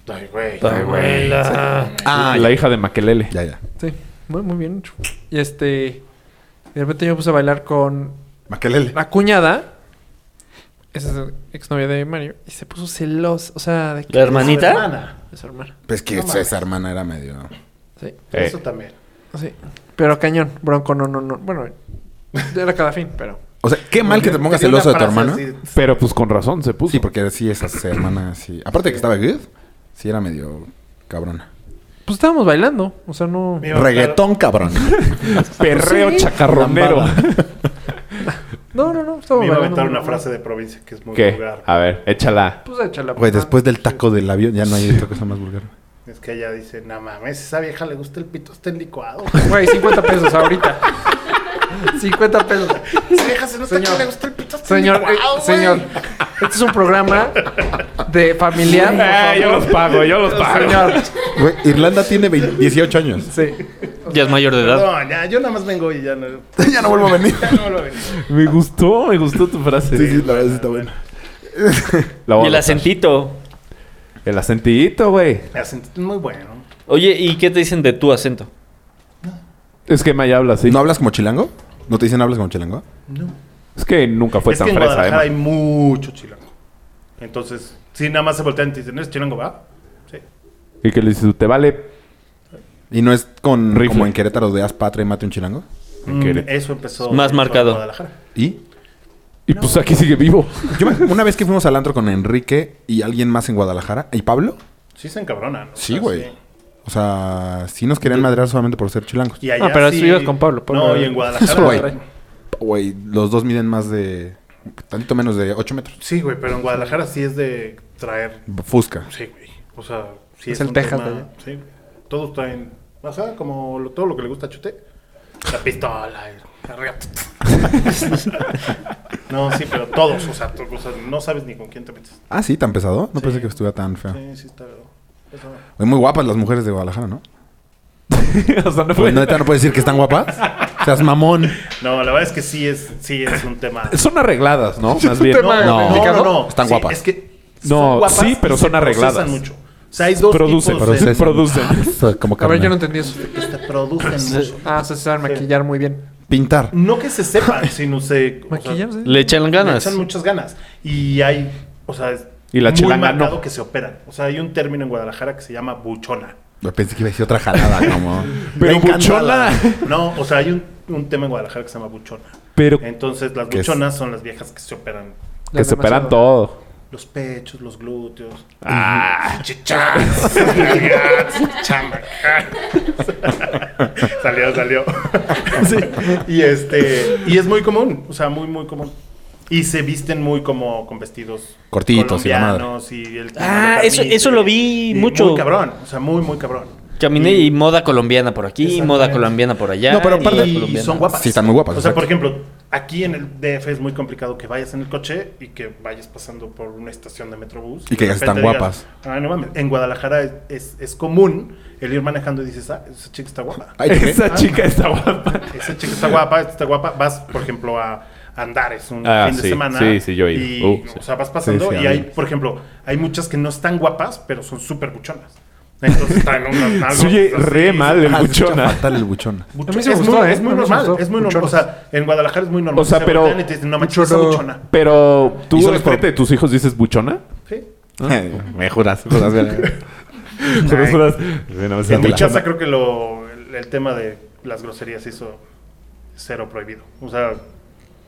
Ay, güey.
Abuela.
Ah,
la hija de Maquelele.
ya, ya.
Sí, muy, muy bien hecho. Y este, de repente yo me puse a bailar con
Maquelele.
la cuñada. Esa es la exnovia de Mario. Y se puso celosa. O sea, de que-
¿La hermanita?
De su hermana.
Pues que su- esa hermana era medio...
Sí.
Eh,
Eso también.
Sí. Pero cañón, bronco, no, no, no. Bueno, era cada fin, pero.
O sea, qué mal que te pongas
Tenía una
celoso de tu
frase
hermana.
así,
pero pues con razón se puso.
Sí, porque sí, esa esa hermana sí. Aparte de que estaba good, sí era medio cabrona.
Pues estábamos bailando. O sea, no.
Mira,
Reggaetón cabrón.
Perreo
Sí.
chacarronero.
No, no, no.
Me
Estábamos
iba a
bailando.
aventar
muy
una
normal.
frase de provincia que es muy
¿Qué?
vulgar.
A ver, échala.
Pues échala.
Güey,
pues,
después del taco del avión ya no hay otra cosa más vulgar.
Es que ella dice, no mames, esa vieja le gusta el pito, está en licuado.
nada. Güey, 50 pesos ahorita. 50 pesos.
Esa vieja se nota
Señor.
que le gusta el pito, está en
Señor, eh,
licuado, güey.
señor. Este es un programa de familiar.
Eh, yo los pago, yo los pago.
Señor.
Güey, Irlanda tiene 20 18 años.
Sí.
Ya es mayor de edad.
No, ya, yo nada más vengo y ya no,
ya no vuelvo a venir.
ya no vuelvo a venir.
Me gustó, me gustó tu frase.
Sí, sí, la verdad sí está bueno.
La voy
Y
a
el
anotar.
acentito.
El acentito, güey.
El acento es muy bueno.
Oye, ¿y qué te dicen de tu acento?
Es que Maya habla así.
¿No hablas como chilango? ¿No te dicen hablas como chilango?
Es que nunca fue
es
tan
que en
fresa,
Guadalajara hay
además.
mucho chilango. Entonces, si nada más se voltean y te dicen, ¿no es chilango, va? Sí.
Y que le dices, te vale.
¿Y no es con
Rifle.
como en Querétaro de haz patria y mate un chilango?
En
Mm,
Querétaro.
eso empezó.
Más
empezó
marcado.
en Guadalajara.
¿Y?
Y pues aquí sigue vivo.
Yo me- una vez que fuimos al antro con Enrique y alguien más en Guadalajara, ¿y Pablo?
Sí se encabronan. ¿no?
Sí,
Ah,
O sea,
güey. O sea, sí nos querían madrear solamente por ser chilangos.
Y allá
Ah, pero
sí...
eso ibas con Pablo, Pablo.
No, y en
Eso, güey.
Guadalajara...
Güey, los dos miden más de... Tantito menos de 8 metros.
sí, güey, pero en Guadalajara sí es de traer...
Fusca.
Sí, güey. O sea, sí
Es el Texas de allá.
Sí. Todos traen... O sea, como lo- todo lo que le gusta a Chute. La pistola, y la regata. no, sí, pero todos. O sea, to- o sea, no sabes ni con quién te metes.
Ah, sí, tan pesado. No
Sí.
pensé que estuviera tan
Ah.
feo.
Sí, sí está... eso no.
Oye, Muy guapas las mujeres de Guadalajara, ¿no?
o sea, no fue.
Pues, neta, no puedes decir que están guapas. Seas mamón.
No, la verdad es que sí es, sí es un tema.
Son arregladas, ¿no? Más bien.
tema
no.
no, no, no.
Están
Sí,
guapas.
Es que
No,
son guapas
sí, pero
y
son
se
arregladas.
procesan mucho. O sea, hay dos
Producen,
tipos
producen.
de...
producen.
Ah, como
A ver, yo no
carne.
entendí eso.
que se producen mucho.
Ah, o sea, se saben maquillar muy bien.
Pintar.
No que se sepan, sino se... o sea,
Maquillar, sí.
Le echan
le
ganas.
echan muchas ganas. Y hay... O sea, es
Y la
muy
chilanga
marcado
no.
que se operan. O sea, hay un término en Guadalajara que se llama buchona.
Yo pensé que iba a decir otra jalada, como...
Pero
Me encanta
buchona.
la-
No, o sea, hay un, un tema en Guadalajara que se llama buchona.
Pero
Entonces, las
¿Qué es?
buchonas son las viejas que se operan
que
Ya
se operan
demasiado.
todo.
los pechos, los glúteos.
Ah,
Chichas, chamacán. salió, salió. Sí. Y este, y es muy común, o sea, muy, muy común. Y se visten muy como con vestidos
Cortitos y la madre.
colombianos y el
Ah,
timbre
eso-
permite.
eso lo vi
Y
mucho.
Muy cabrón, o sea, muy, muy cabrón.
Caminé y, moda colombiana por aquí,
Exactamente.
moda colombiana por allá.
No, pero
y-
aparte-
Y
colombiana.
son guapas.
Sí, están muy guapas,
O sea, por
exacto.
ejemplo, aquí en el DF es muy complicado que vayas en el coche y que vayas pasando por una estación de metrobús.
Y que
de
digas,
repente
"Están
digas, "Ah, no mames". En Guadalajara es, es- es común el ir manejando y dices, ah, esa chica está guapa.
Ay, Ah. ¿qué?
Ah.
Esa chica está guapa.
Esa chica está guapa, esta está guapa. Vas, por ejemplo, a Andares un
Ah,
fin de
sí,
semana.
sí, sí, yo he ido.
Y,
Uh, sí.
O sea, vas pasando
Sí, sí,
y
a
hay,
mí.
por ejemplo, hay muchas que no están guapas, pero son súper buchonas. Entonces traen unas nalgas
Se oye
así,
re mal el
Ah, se escucha
buchona.
fatal el buchona.
Bucho-
A mí sí me
es,
gustó,
muy,
¿eh?
es muy
A mí sí me
normal,
gustó.
es muy normal. O
Buchonas.
sea, en Guadalajara es muy normal.
O sea,
Se
pero-
voltean Y te dicen, no manches, esa
Buchona.
buchona.
Pero
Y
tú
solo
enfrente
por-
de tus hijos dices buchona.
Sí.
este,
Eh,
Me juras, juras, ver.
Pero juras, "Ve, no, esa
En mi
buchona".
casa creo que lo, el, el tema de las groserías hizo cero prohibido. O sea,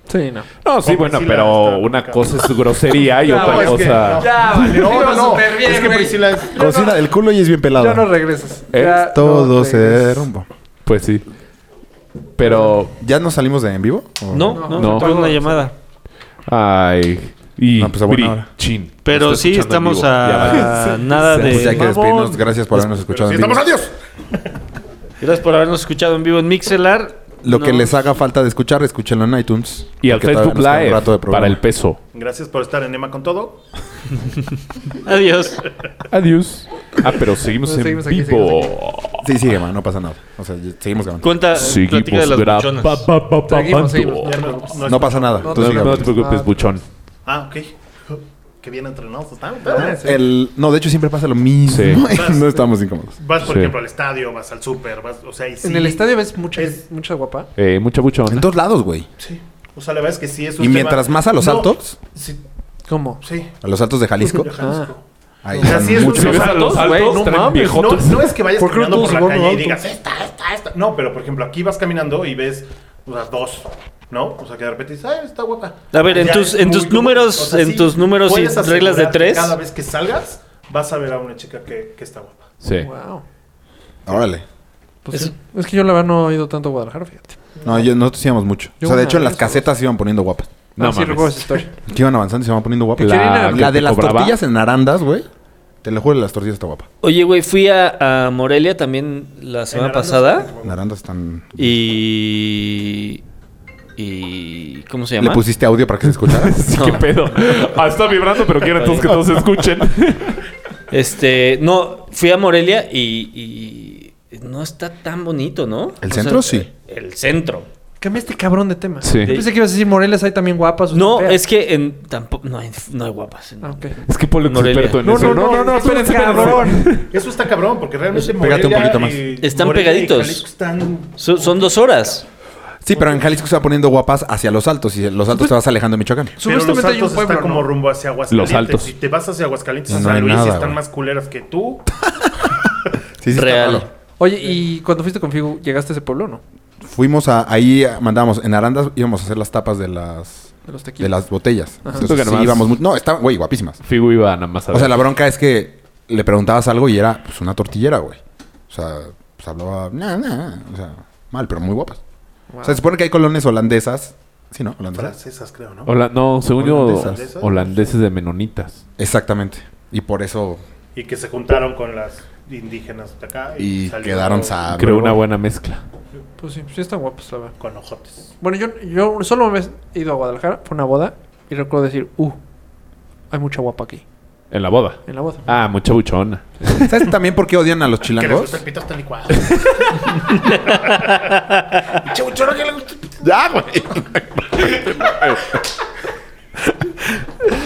Sí, no.
No, sí,
Como Priscila
bueno,
está
pero una
complicado.
cosa es grosería y
No,
otra
es que
cosa.
Ya, vale.
no,
iba
no, no.
súper bien,
es que
güey.
Priscila es-
Cocina del culo y es bien pelada.
Ya no regresas.
¿Eh?
Ya no
Todo se
regresas.
derrumba.
Pues sí. Pero.
¿Ya nos salimos de en vivo? ¿O-
No, no,
No.
tuve una llamada.
Ay. Y.
No, pues, a buena
Bri-
hora.
Chin.
Pero
Nos está
sí
escuchando en
estamos
vivo. Ya vale.
a nada
Pues ya hay que
de...
despedirnos. Gracias por habernos
Pero
escuchado
sí,
en vivo.
estamos adiós.
Gracias por habernos escuchado en vivo en Mixelar.
Lo que
No.
les haga falta de escuchar, escúchenlo en iTunes.
Y al
porque todavía
Facebook
nos queda un rato de
Live
programa.
para el peso.
Gracias por estar en Emma con todo.
Adiós.
Adiós. Ah, pero seguimos
Pero
en
seguimos aquí,
vivo.
seguimos
Sí, sigue, man, no pasa nada. O sea, ya- seguimos grabando.
Cuenta, platica de
Seguimos
las
grabando.
buchonas.
Seguimos, seguimos.
Ya
No
no- no-
No pasa nada.
No,
tú
no,
sigue,
no,
güey.
te preocupes, buchón.
Ah, ok. Qué bien pues, entrenados están.
Ah, sí.
El- no, de hecho siempre pasa lo mismo.
Sí.
no estamos incómodos.
Vas, por
Sí.
ejemplo, al estadio, vas al súper, vas, o sea, y sí.
En el estadio ves mucha,
Es-
mucha guapa.
Eh, mucha buchona.
En todos lados, güey.
Sí. O sea, la verdad es que sí es un
Y
tema-
mientras más a los
No,
altos,
Sí,
¿Cómo?
sí.
a los altos de Jalisco,
de Jalisco.
ahí
O sea,
están
sí es un-
muchos.
Si ves a los
Altos,
altos,
güey, no
traen
mames.
No,
viejotes.
no es que vayas
¿Por qué
caminando
todos
por la
se
calle
vuelven
y
altos?
digas, esta, esta, esta. No, pero por ejemplo, aquí vas caminando y ves, o sea, dos, ¿no? O sea, que de repente dices, ay, está guapa.
A ver, en
Ya
tus-
es
en
muy
tus números- en tus números y
puedes asegurar
reglas de
que
tres.
Cada vez que salgas, vas a ver a una chica que, que está guapa.
Sí.
Wow.
Órale.
Pues sí. es que yo la verdad no he ido tanto a Guadalajara, fíjate.
No, yo, nosotros íbamos mucho.
Yo
o sea, de
una
hecho, en las
vez,
casetas se iban poniendo guapas.
No
Ah, sí, recuerdo esa
mames.
historia.
Que iban avanzando y se iban poniendo guapas.
La-
La,
que
de
te
las
cobraba.
tortillas en arandas, güey. Te lo juro, las tortillas está guapa.
Oye, güey, fui a, a Morelia también la semana
Arandas.
pasada.
En arandas están...
Y. y ¿Cómo se
¿Le
llama?
pusiste audio para que se escuchara?
Sí, qué pedo. Ah, está vibrando, pero quiero entonces que todos escuchen.
Este, no, fui a Morelia y, y no está tan bonito, ¿no?
¿El centro? Sí.
El centro.
Cambia este cabrón de tema.
Sí.
Yo pensé que ibas a decir Morelia hay también guapas. o
No,
feas.
es que en tampoco no hay, no hay guapas. en-
Ah, ok.
Es que Polo es
Morelia.
experto en
No,
eso.
no, no, no, espérense, cabrón.
Eso está cabrón, porque realmente
Pégate un
Morelia
poquito más.
y-
Están
Morelia y
pegaditos.
Jalisco están...
Son, son dos horas.
Sí, pero en Jalisco se va poniendo guapas hacia los altos y los altos te vas alejando de Michoacán.
Pero los
Supuestamente hay un
altos
pueblo,
está como
¿no?
rumbo hacia Aguascalientes.
Los altos.
Si te vas hacia Aguascalientes, a
No
San
hay
Luis, y
nada,
están
güey.
más culeras que tú.
Sí, sí, está
Real.
raro.
Oye, ¿y cuando fuiste con Figu, llegaste a ese pueblo o no?
Fuimos a... Ahí mandábamos... En arandas íbamos a hacer las tapas de las...
De los tequilas.
De las botellas.
Siento que
Entonces, sí,
nomás-
íbamos... mu- No, estaban, güey, guapísimas.
Figu iba nada más a
O
ver.
sea, la bronca es que le preguntabas algo y era pues una tortillera, güey. O sea, pues hablaba, nah, nah, o sea, mal, pero muy guapas.
Wow.
O sea, se supone que hay colonias holandesas. Sí, ¿no? Holandesas.
Francesas, creo, ¿no?
Hola- no, según
Holandesas.
yo, holandeses de menonitas.
Exactamente. Y por eso
Y que se juntaron con las indígenas de acá.
y
salieron
quedaron sabios.
Creo una buena mezcla.
Pues sí, sí están guapas, la verdad.
Con ojotes.
Bueno, yo, yo solo me he ido a Guadalajara, fue una boda, y recuerdo decir, uh, hay mucha guapa aquí,
En la boda.
en la boda.
Ah, mucha buchona.
¿Sabes también por qué odian a los
Que les gusta
chilangos?
el pito hasta licuado.
¡Ya, Ah, güey!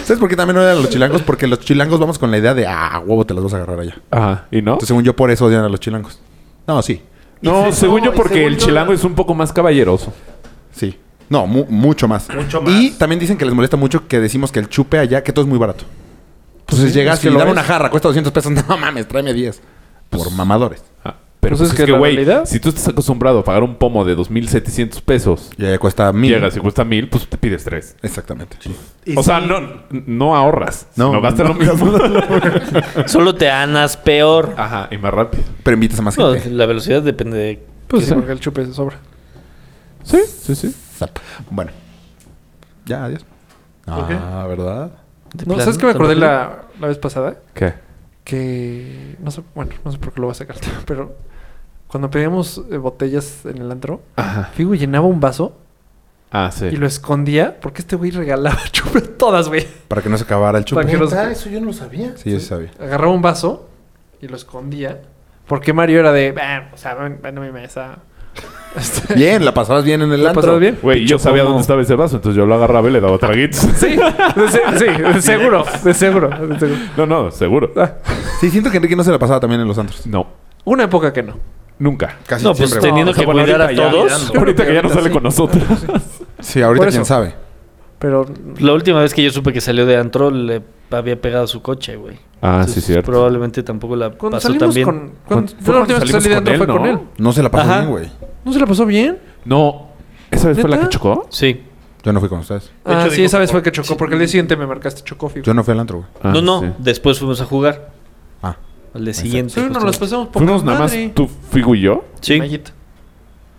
¿Sabes por qué también odian a los chilangos? Porque los chilangos vamos con la idea de, ah, huevo, te las vas a agarrar allá.
Ajá. ¿Y no?
Entonces, según yo, por eso odian a los chilangos. No, sí.
no,
Y se-
según
no,
yo,
y
porque
según
el
yo-
chilango es un poco más caballeroso.
Sí. No, mu- mucho más.
Mucho más.
Y también dicen que les molesta mucho que decimos que el chupe allá, que todo es muy barato. Entonces llegas
es que
y
lo Pues
dame
es.
una jarra, cuesta 200 pesos. No mames, tráeme 10. Por mamadores.
Ah, pero
Pues
pues
es
es
que
que,
la
güey,
realidad-
si tú estás acostumbrado a pagar un pomo de 2.700 pesos,
Y allá cuesta mil.
llegas y cuesta 1.000, pues te pides tres.
Exactamente.
O sea, no, no ahorras.
No,
No, no gastas
no
lo mismo.
Solo te anas peor.
Ah,
Ajá, y más rápido.
Pero invitas a más
No,
gente.
la velocidad depende de.
Pues sí,
sí.
porque el chupe se sobra.
Sí, sí, sí.
Zap. Bueno. Ya, adiós. Ah, ¿verdad?
No, ¿sabes qué me acordé la, la vez pasada?
¿Qué?
Que no sé, bueno, no sé por qué lo voy a sacar, pero cuando pedíamos eh, botellas en el antro,
Ajá.
Figo llenaba un vaso
Ah, sí.
y lo escondía porque este güey regalaba chupe todas, güey.
Para que no se acabara el chupo.
Para que los-
Ah, eso yo no lo sabía.
Sí, yo sí sabía.
agarraba un vaso y lo escondía. Porque Mario era de, "Ven, o sea, ven, ven a mi mesa. Este,
Bien, la pasabas bien en el
¿La
antro.
pasabas bien?
Güey, yo sabía dónde estaba ese vaso, entonces yo lo agarraba y le daba traguitos.
Sí, de se- sí, de seguro, de seguro, de seguro.
No, no, seguro.
Sí, siento que Enrique no se la pasaba también en los antros.
No,
Una época que no.
nunca.
Casi
No, pues
siempre.
teniendo
O sea,
que
bueno,
cuidar a
ahorita ya,
todos.
Ahorita que ya no sale con nosotros.
Sí, ahorita
Por eso.
quién sabe.
Pero
La última vez que yo supe que salió de antro le había pegado su coche, güey.
Ah, sí,
Entonces,
cierto.
Probablemente tampoco la
cuando
pasó
salimos
tan bien.
con... Cuando,
Fue
fue la última vez que
cuando
salí de
salimos
antro fue con
con él,
él.
No se la pasó
Ajá.
bien, güey.
¿No se la pasó bien?
No, ¿esa vez fue la
¿Neta?
que chocó?
Sí.
Yo no fui con ustedes.
De hecho,
ah, sí,
dijo
esa vez
que
fue
por-
que chocó, porque el día siguiente me marcaste chocó, Figo.
Yo no fui al antro, güey.
Ah,
no, no.
sí.
Después fuimos a jugar.
Ah.
Al de siguiente.
Sí,
pues
nos las
justamente.
pasamos por
Fuimos nada más tú, Figu y yo.
Sí.
Mayita.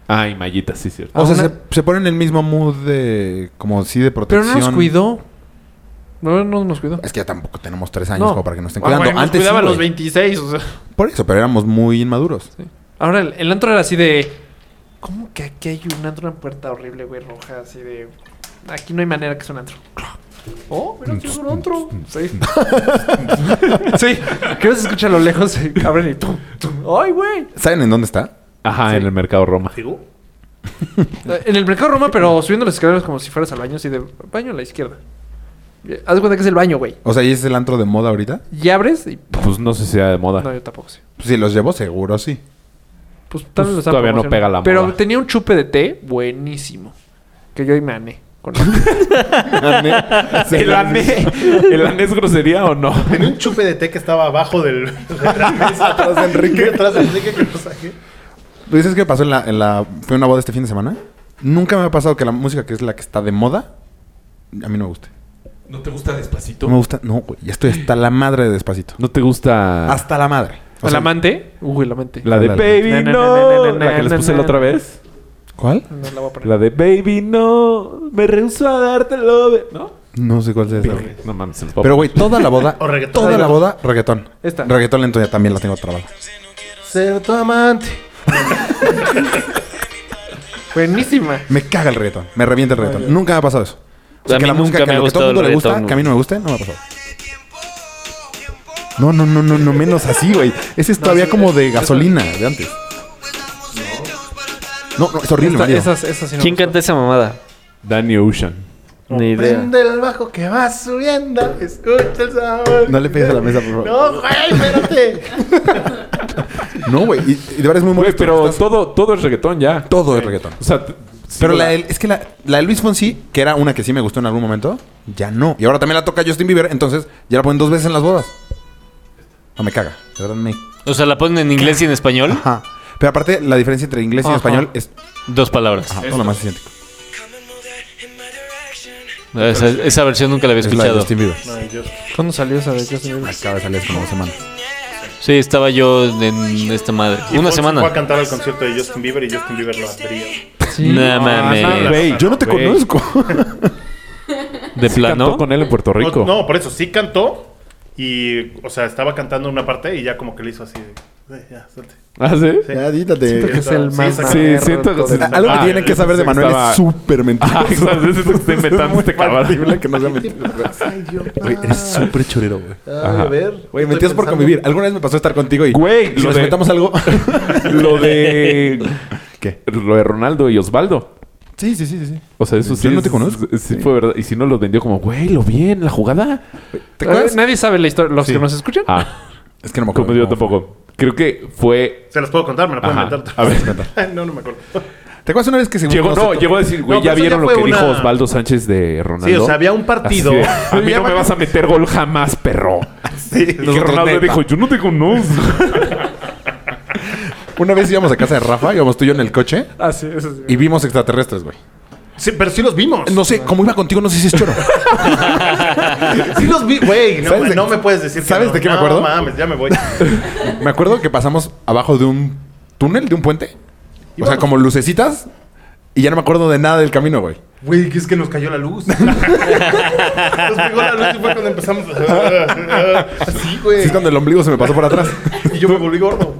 Ah, y Mayita, sí, cierto.
O sea,
una-
se, se pone en el mismo mood de... Como sí de
Pero
protección.
no nos cuidó. No, no nos cuidó.
Es que ya tampoco tenemos tres años
No.
como para que nos estén
Ah,
cuidando.
güey, nos
Antes sí,
cuidaba a
güey.
los 26, o sea.
Por eso, pero éramos muy inmaduros.
Ahora, el, el antro era así de... ¿Cómo que aquí hay un antro, una puerta horrible, güey, roja, así de... Aquí no hay manera que sea un antro. Oh, mira, sí es un antro. Sí. sí. Que no se escucha a lo lejos, se abren y... tum, tum. ¡Ay, güey!
¿Saben en dónde está?
Ajá, en el mercado Roma.
¿Figu?
Eh, En el mercado Roma, pero subiendo las escaleras como si fueras al baño, así de... Baño a la izquierda. Eh, Haz de cuenta que es el baño, güey.
O sea, ¿y ese es el antro de moda ahorita?
Y abres y...
Pues no sé si era de moda.
No, yo tampoco sé.
Pues si los llevo, seguro sí.
Pues tal vez
Pues,
lo están
todavía no
promocionando.
pega la
Pero
moda.
tenía un chupe de té buenísimo. Que yo y me ané. Con
¿El ané? ¿El ané es grosería o no?
Tenía un chupe de té que estaba abajo del, de la mesa. atrás de Enrique. atrás de Enrique que lo saqué.
¿Tú dices Pues, qué pasó en la, en la... Fue una boda este fin de semana? Nunca me ha pasado que la música que es la que está de moda... A mí no me gusta.
¿No te gusta despacito?
No me gusta... No, güey. Ya estoy hasta la madre de Despacito.
¿No te gusta
Hasta la madre. O
¿El
sea,
amante? Uy, el amante.
la de
la-
Baby
na, na, na,
No?
na, na,
¿La que les
na,
puse la
na.
otra vez?
¿Cuál?
No la voy a poner.
La de Baby No, me rehuso a dártelo. be- ¿No?
No sé cuál es esa, güey.
No mames, se los
Pero, güey, toda la boda...
O reggaetón.
toda la boda, reggaetón.
Esta.
Reggaetón lento ya también la tengo trabada.
Ser tu amante.
Buenísima.
Me caga el reggaetón. Me revienta el reggaetón. nunca me ha pasado eso. O sea,
A
que
mí
la música
nunca
que,
me ha
a lo que todo
gustado
el mundo
el
le gusta,
reggaetón,
que a mí no me guste, no me ha pasado. No, no, no, no, no, menos así, güey. Ese es todavía como de gasolina de antes. No, no, es horrible,
Esta,
Mario.
esas, esas sí no
¿Quién
me
canta esa mamada?
Danny Ocean.
Ni idea.
Prende el bajo que va subiendo. Escucha el sabor.
No le pegues a la mesa, por favor.
No, güey, espérate.
No, güey. Y, y de verdad es muy
Güey,
molesto.
pero
Estás-
todo, todo es reggaetón ya.
todo es reggaetón.
O sea, t- sí,
Pero la
güey.
de- es que la, la de Luis Fonsi, que era una que sí me gustó en algún momento, ya no. Y ahora también la toca Justin Bieber, entonces ya la ponen dos veces en las bodas. No me caga. De verdad me
O sea, la ponen en inglés y en español.
Ajá. Pero aparte, la diferencia entre inglés y
Ajá.
español es
Dos palabras.
ajá, todo lo más idéntico.
Esa, esa versión nunca la había
Es la de
escuchado.
Justin Bieber.
gusta. ¿Cuándo salió esa de Justin Bieber?
Acaba de salir hace como dos semanas.
Sí, estaba yo en esta madre.
Y
Una
Fonsi Fue a
semana.
cantar al concierto de Justin Bieber y Justin Bieber lo abría.
Sí.
Nah,
Ah,
mames.
güey,
Yo no te
güey.
conozco.
De
Sí cantó
plano.
con él en Puerto Rico.
No, no, por eso sí cantó. Y, o sea, estaba cantando una parte y ya como que le hizo así. de, "Güey, ya, suelte".
¿Ah, sí?
Ya,
Siento que
dítate.
es el
Sí,
más
sí,
Sí,
mamerto
siento que...
del-
sí-
Algo
ah,
que tienen que saber de Manuel
estaba-
es súper mentiroso.
Ah, exacto, es eso que está inventando este cabrón.
Horrible que no sea mentiroso. Güey, eres súper chorero, güey.
Ay, a ver.
Güey, mentiras por convivir. Alguna vez me pasó estar contigo y...
Güey,
y
lo
nos
de-
inventamos algo.
Lo de...
¿Qué?
Lo de Ronaldo y Osvaldo.
Sí, sí, sí, sí, sí.
O sea, eso
Yo
sí...
no
es-
te conozco.
Sí fue verdad. Y si no lo vendió como, güey, lo vi en la jugada.
¿Te
Ah,
acuerdas?
Nadie sabe la historia. Los
Sí.
que nos escuchan.
Ah,
Es que no me acuerdo.
como yo
cómo fue.
tampoco. Creo que fue...
Se las puedo contar, me la pueden
Ajá.
inventar.
A ver,
no, no me acuerdo.
¿Te acuerdas una vez que se...
Llegó, no, llegó a decir, güey,
No,
ya
pero eso
vieron
ya
lo
fue
que dijo
una-
Osvaldo Sánchez de Ronaldo.
Sí, o sea, había un
Así
partido.
de, a mí no me vas a meter gol jamás, perro.
Sí,
Y que
Nosotros,
Ronaldo
neta.
dijo, yo no te conozco.
Una vez íbamos a casa de Rafa, íbamos tú y yo en el coche
Ah, sí, eso sí.
y vimos extraterrestres, güey.
Sí, pero sí los vimos.
No sé, como iba contigo, no sé si es choro.
Sí los vi, güey. No,
¿Sabes de-
no me puedes decir. que
¿sabes
no.
de qué me
No,
acuerdo?
mames, ya me voy.
Me acuerdo que pasamos abajo de un túnel, de un puente. O sea, como lucecitas. Y ya no me acuerdo de nada del camino, güey.
Güey, que es que nos cayó la luz. nos pegó la luz y fue cuando empezamos. Así, güey.
Sí, es cuando el ombligo se me pasó por atrás.
Y yo me volví gordo.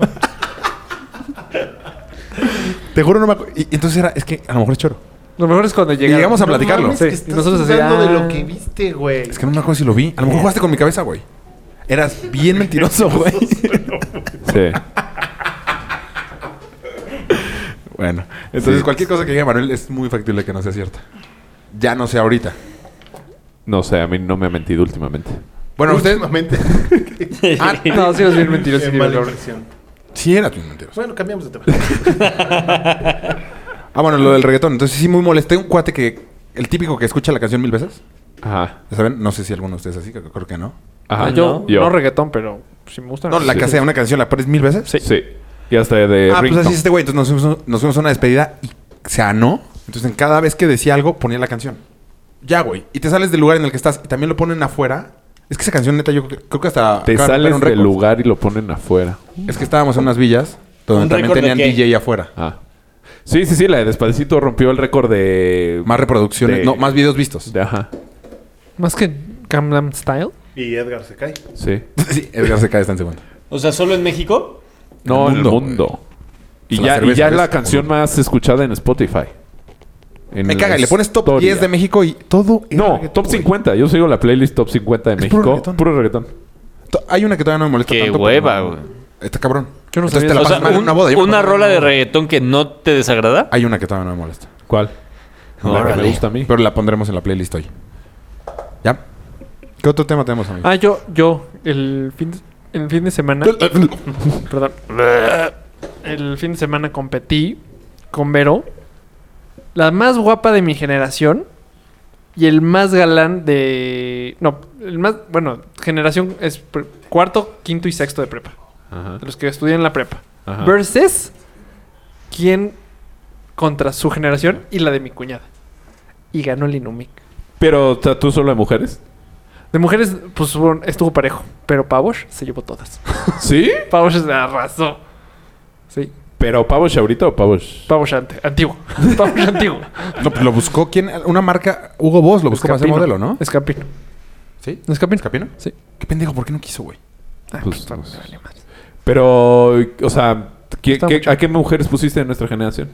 Te juro, no me acuerdo. Y y entonces era, es que a lo mejor es choro.
Lo mejor es cuando
Y
llegamos.
llegamos a
No
platicarlo.
mames,
Sí.
que estás
Nosotros así,
dudando de
ah.
lo que viste, güey.
Es que no me acuerdo si lo vi. A lo mejor jugaste con mi cabeza, güey. Eras bien mentiroso, güey.
Sí.
bueno, entonces
Sí.
cualquier cosa que diga Manuel es muy factible que no sea cierta. Ya no sé ahorita.
No sé, a mí no me ha mentido últimamente.
Bueno, usted
Últimamente.
Ah,
No, sí, es bien mentiroso.
Qué
sí,
mala
cabrón.
impresión.
sí eras bien mentiroso.
Pues Bueno, cambiamos de tema.
Ah, bueno, lo del reggaetón. Entonces sí, muy molesté. Un cuate que. El típico que escucha la canción mil veces.
Ajá.
¿Ya saben? No sé si alguno de ustedes es así, creo creo que no.
Ajá.
Ah, yo, no reggaetón, pero si me gusta.
No, la
Sí.
que sea una canción la pones mil veces.
Sí. sí. Y hasta de
Ah, pues
ringtone.
así es este güey. Entonces nos fuimos, nos fuimos a una despedida y se anó. Entonces en cada vez que decía algo ponía la canción. Ya, güey. Y te sales del lugar en el que estás. Y también lo ponen afuera. Es que esa canción, neta, yo creo que- creo que hasta...
Te
acaba de romper
sales
un
del
récord.
lugar y lo ponen afuera.
Es que estábamos en unas villas donde
¿Un
también
récord de
tenían
qué?
DJ afuera.
Ah. Sí, sí, sí, la de Despacito rompió el récord de...
Más reproducciones.
De-
No, más videos vistos.
de- Ajá.
Más que Gangnam Style.
Y Edgar se cae.
Sí.
sí, Edgar se cae, está en segundo.
O sea, solo en México.
No,
El
el
mundo,
mundo.
O
Y
sea, la
ya, y
cerveza
ya
es
es la
como-
canción más escuchada en Spotify. En
Me
la
caga. Y le pones top
historia.
10 de México y todo... es
No,
reggaetón,
top
güey.
50. Yo sigo la playlist top 50 de
Es puro
México. Puro
reggaetón.
reggaetón.
To- Hay una que todavía no me molesta
Qué
tanto. pero
hueva,
no-
güey.
Está cabrón.
Yo no
Entonces
sabía
te la
eso.
O
pasas
sea,
mal en
un-
una boda. Yo me
una
acuerdo
rola
en
de
una-
reggaetón que no te desagrada.
Hay una que todavía no me molesta.
¿Cuál? La que
Órale.
me gusta a mí.
Pero la pondremos en la playlist hoy. ¿Ya? ¿Qué otro tema tenemos, amigo?
Ah, yo, yo, el fin, el fin de semana.
eh,
Perdón. El fin de semana competí con Vero, la más guapa de mi generación y el más galán de. No, el más. Bueno, generación es pre- cuarto, quinto y sexto de prepa.
Ajá.
De los que estudian en la prepa.
Ajá.
Versus quién contra su generación y la de mi cuñada. Y ganó el Inumic.
Pero, o sea, tú solo de mujeres.
De mujeres, pues hubo- estuvo parejo, pero Pavosh se llevó todas.
¿Sí?
Pavosh se arrasó. Sí,
¿Pero Pavosh ahorita o Pavosh?
Pavosh ante- antiguo. Pavosh antiguo.
No, pues lo buscó quién, una marca, Hugo Boss lo buscó para hacer
Escapino.
Pues, modelo, ¿no?
Escapino.
¿Sí?
Escapino.
¿Escapino?
Sí.
Qué pendejo, ¿por qué no quiso, güey?
Ah,
Pues,
pues, no
pues,
me vale madre.
Pero, o sea, ¿qué-
Está
qué-
mucho.
¿a qué mujeres pusiste de nuestra generación?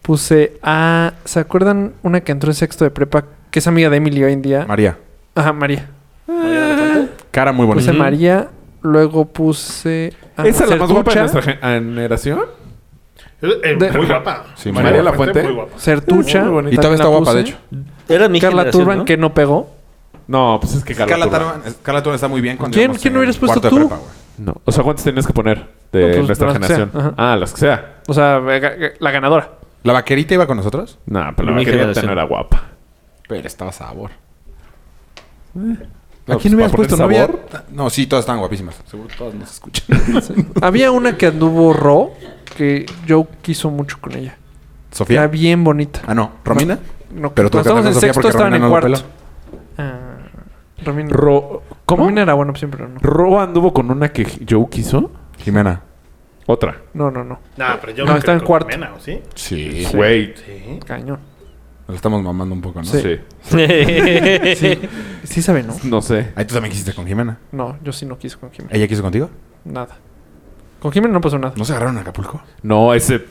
Puse a... ¿Se acuerdan una que entró en sexto de prepa? Que es amiga de Emily hoy en día.
María.
Ajá, María.
Cara muy bonita.
Puse a María. Luego puse... a
¿Esa es la más guapa de
Sertucha.
nuestra gen- generación?
Eh,
De-
Muy guapa.
Sí, María
Lafuente.
Muy guapa.
Sertucha.
Muy bonita.
Y todavía está
la
guapa, de
puse.
hecho.
Era mi
Carla
generación,
Turban,
¿no?
que no pegó.
No, pues es que Carla,
Carla
Turba.
Turban, Carla Turban está muy bien cuando
¿Quién-
íbamos
quién
en
hubieras puesto
cuarto de
tú?
prepa, güey.
No. O sea, ¿cuántas tenías que poner
No,
de
pues,
nuestra
las que sea.
generación?
Ajá.
Ah, las que sea.
O sea, eh, ga- ga- la ganadora.
¿La vaquerita iba con nosotros?
No, pero la
Mi
vaquerita
generación.
no era guapa.
Pero estaba sabor.
No,
Mm. ¿A quién
pues,
hubieras
¿para poner
puesto? ¿No, había-
sabor?
no, sí, todas estaban guapísimas. Seguro todas nos escuchan.
Había una que anduvo Ro, que yo quiso mucho con ella. Era
¿Sofía?
bien bonita.
Ah, no. ¿Romina?
No,
Pero tuvo que
cuando
andar con
estábamos
Sofía
en sexto
porque
estaban en
Romina no lo
cuarto. Ah, Romina.
Ro... ¿Cómo?
Romina era buena opción, pero no.
¿Roa anduvo con una que Joe quiso?
Jimena.
Otra.
No, no, no.
No, pero yo
No, está
creo
en
que
cuarto.
Jimena, ¿o ¿sí?
Sí.
Güey.
Sí.
Cañón.
La estamos mamando un poco, ¿no?
Sí.
Sí, sí sabe, ¿no?
No sé.
Ahí tú también quisiste con Jimena.
No, yo sí no quise con Jimena.
¿Ella quiso contigo?
Nada. Con Jimena no pasó nada. pues.
¿No se agarraron a Acapulco?
No, ese...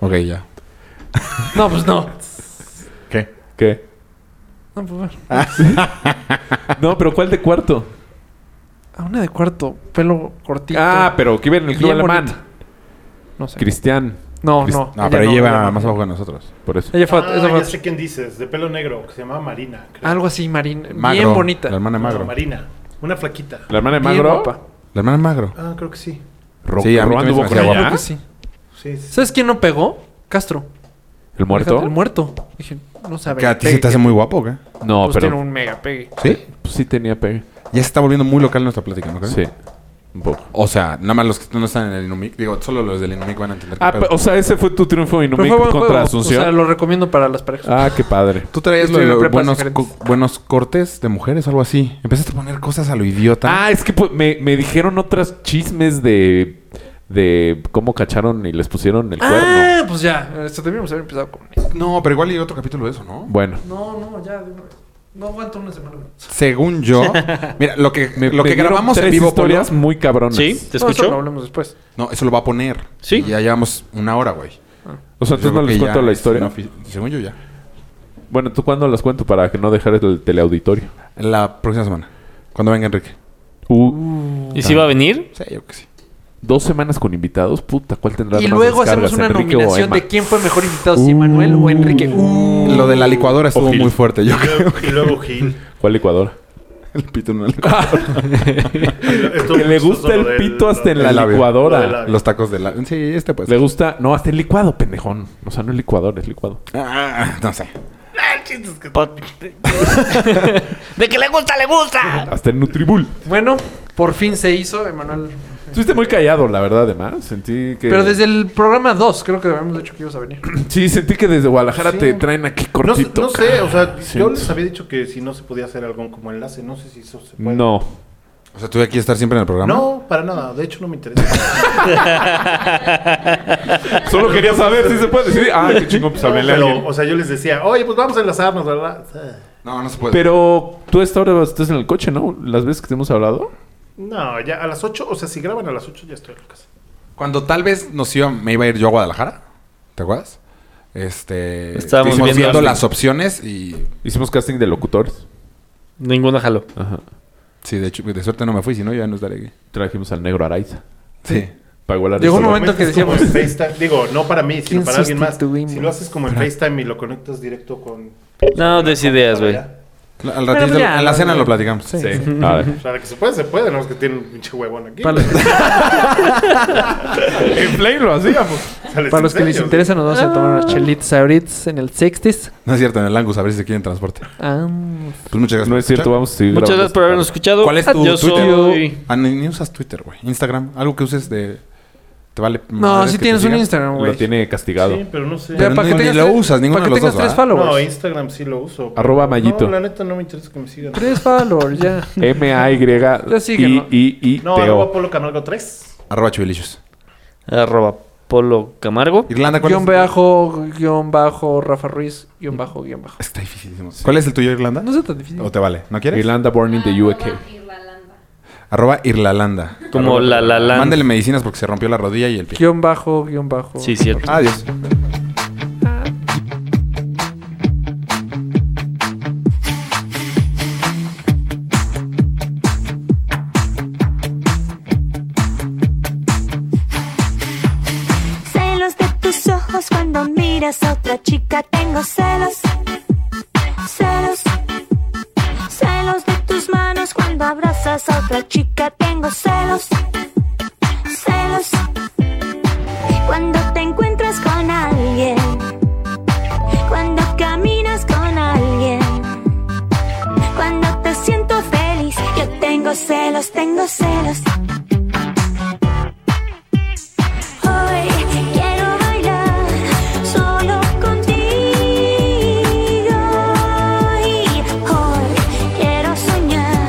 Ok, ya.
No, pues no.
¿Qué?
¿Qué?
No, pues bueno.
No, pero ¿cuál de cuarto?
A una de cuarto, pelo cortito.
Ah, pero que iba en el club
Bien
alemán.
bonita. no sé.
Cristian.
No,
Crist-
no.
No, pero ella
no, ella
iba
no.
más abajo que nosotros.
Por eso. Ah,
Ella fue,
Ah,
esa fue-
ya sé quién dices, de pelo negro, que se llamaba Marina. creo.
algo así, Marín.
Magro.
Bien bonita.
La hermana
No,
Magro.
Marina. Una flaquita.
La hermana de
Bien
Magro.
guapa.
La hermana Magro.
Ah, creo que sí.
Ro-
Sí, a mí
Roa
también
anduvo
se
con
me hace
ella.
Creo que sí.
Sí, sí.
¿Sabes quién no pegó? Castro.
¿El muerto?
El muerto. Dije, no sabe.
¿Que a ti se te hace muy guapo o qué?
No,
pues tiene
pero
un mega pegue.
¿Sí?
pues, sí tenía pegue.
Ya se está volviendo muy local nuestra plática, ¿no crees?
Sí. Un poco.
O sea, nada más los que no están en el Inumic. Digo, solo los del Inumic van a entender. qué
Ah,
pedo.
pe- o sea, ese fue tu triunfo
Pero fue
Inumic
buen
contra
juego.
Asunción.
O sea, lo recomiendo para las parejas.
Ah, qué padre.
Tú traías
Sí,
lo de
en
los
prepas
buenos,
diferentes.
co- buenos cortes de mujeres o algo así. Empezaste a poner cosas a lo idiota.
Ah, es que pues, me, me dijeron otras chismes de, de cómo cacharon y les pusieron el cuerno.
Ah, pues ya. Esto debíamos haber empezado con eso.
No, pero igual hay otro capítulo de eso, ¿no?
Bueno,
No, no, ya. de una vez. No aguanto una semana. más.
Según yo, mira, lo que,
me
lo que
pidieron
grabamos
tres
en vivo,
historias
Polo,
muy cabronas.
¿Sí? ¿Te
No, eso lo
escuchó?
hablamos después.
no, eso lo va a poner.
Sí.
Y ya llevamos una hora, güey.
O sea,
Yo creo
entonces no les
que ya
cuento la
es
historia.
una ofi- según yo ya.
Bueno, ¿tú cuándo las cuento para que no dejar el teleauditorio?
La próxima semana. Cuando venga Enrique.
Uh,
¿Y si va a venir?
Sí, yo que sí.
dos semanas con invitados, puta, ¿cuál tendrá
Y
más
luego hacemos
descargas,
una
Enrique o
nominación
Emma?
de quién fue mejor invitado, si Manuel o Enrique. Uh,
Lo de la licuadora estuvo
Gil.
muy fuerte, yo creo.
Y luego Gil.
¿Cuál licuadora?
El pito en una licuadora.
Estuvo
Que le
chistoso
gusta
lo
el
del-
pito hasta en
lo
la
del-
labio.
licuadora.
lo del labio.
Los tacos de la... Sí, este pues.
Ah. Le gusta... No, hasta el licuado, pendejón. O sea, no es licuador, es licuado.
Ah, no sé.
De que le gusta, le gusta.
Hasta el Nutribul.
Bueno, por fin se hizo, Emanuel.
Estuviste muy callado, la verdad, además. Sentí que...
Pero desde el programa 2, creo que habíamos dicho que ibas a venir.
Sí, sentí que desde Guadalajara
Sí.
te traen aquí
No, sé-
cortito.
no sé, o sea,
Sí.
yo les había dicho que si no se podía hacer algún como enlace, no sé si eso se puede.
No.
O sea, tuve que estar siempre en el programa.
No, para nada. De hecho, no me interesa.
Solo quería saber si se puede decir. Ah, qué chingón, pues háblenle a
Pero, o
alguien.
sea, yo les decía, oye, pues vamos a enlazarnos, ¿verdad?
no, no se puede.
Pero tú a esta hora estás en el coche, ¿no? Las veces que te hemos hablado.
No, ya a las 8, o sea, si graban a las 8 ya estoy en la casa.
Cuando tal vez nos iba, me iba a ir yo a Guadalajara, ¿te acuerdas? Este,
Estábamos
estuvimos
viendo-
viendo, las opciones y
Hicimos casting de locutores.
Ninguna jaló.
Ajá.
sí, de hecho, de suerte no me fui, si no ya no estaré aquí.
Trajimos al negro Araiza.
Sí.
Pagó la
Llegó un
restaurante.
momento que
Es como
decíamos.
en FaceTime. Digo, no para mí, sino
¿Quién
para alguien más.
sustituimos?
Si lo haces como en FaceTime y lo conectas directo con.
No, des ideas, güey.
Al ratito,
ya,
en la
no,
cena
no.
lo platicamos.
Sí. A ver.
O sea, que se puede, se puede. No es que tiene un pinche huevón aquí.
Para los,
En Flame lo hacíamos.
O sea,
para los que les
enseño,
interesa, nos vamos a tomar unas chelitas ahorita en el 60s.
No es cierto, en el Angus, a ver si se quieren transporte.
Ah,
Pues muchas gracias.
No es cierto,
escuchar.
vamos a seguir
Muchas
grabando este
gracias por habernos
esta
escuchado.
¿Cuál es tu
Yo
Twitter?
soy...
Ah, ni, ni usas Twitter, güey. Instagram, algo que uses de. Te vale.
No,
madres
sí
que
tienes
te
un
sigan.
Instagram,
tarde. Lo
güey.
tiene castigado.
Sí, pero no sé.
Pero
para
ni-
que
ni
tengas
lo
tres-
usas, ninguno
para
de
que
los
tengas
dos,
tres
¿verdad?
followers.
No, Instagram sí lo uso.
Arroba Mayito.
No, la neta no me interesa que me sigan.
Tres followers, ya.
m a y i i i t
No, arroba
o
Polo Camargo 3.
Arroba chubilicious.
Arroba Polo Camargo.
Irlanda, ¿cuál
Guión
es?
bajo, guión bajo, Rafa Ruiz, guión bajo, guión bajo.
Está dificilísimo. ¿Cuál es el tuyo, Irlanda?
No es tan difícil.
¿O te vale? ¿No quieres?
Irlanda Born in the UK.
Arroba Irlalanda.
Como la la la.
Mándele medicinas porque se rompió la rodilla y el pie.
Guión bajo, guión bajo.
Sí, cierto.
Adiós.
Celos de tus ojos cuando miras a otra chica. Tengo celos, celos, celos de tus manos cuando abrazas a otra chica. Tengo celos, celos. Cuando te encuentras con alguien, cuando caminas con alguien, cuando te siento feliz, yo tengo celos, tengo celos. Hoy quiero bailar solo contigo y hoy quiero soñar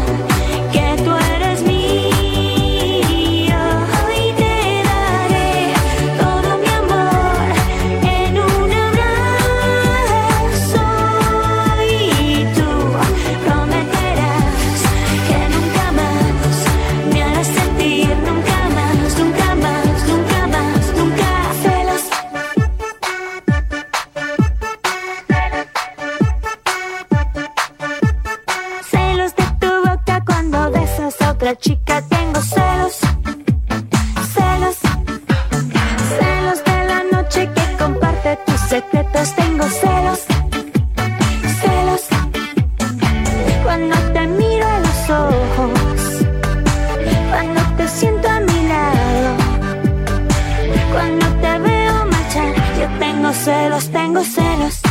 que tú eres mío. Hoy te daré todo mi amor en un abrazo y tú prometerás que nunca más me harás sentir nunca más, nunca más, nunca más, nunca celos. Celos de tu boca cuando besas a otra chica, tengo celos, celos, celos de la noche que comparte tus secretos, tengo celos, celos. Cuando te miro a los ojos, cuando te siento a mi lado, cuando te veo marchar, yo tengo celos, tengo celos.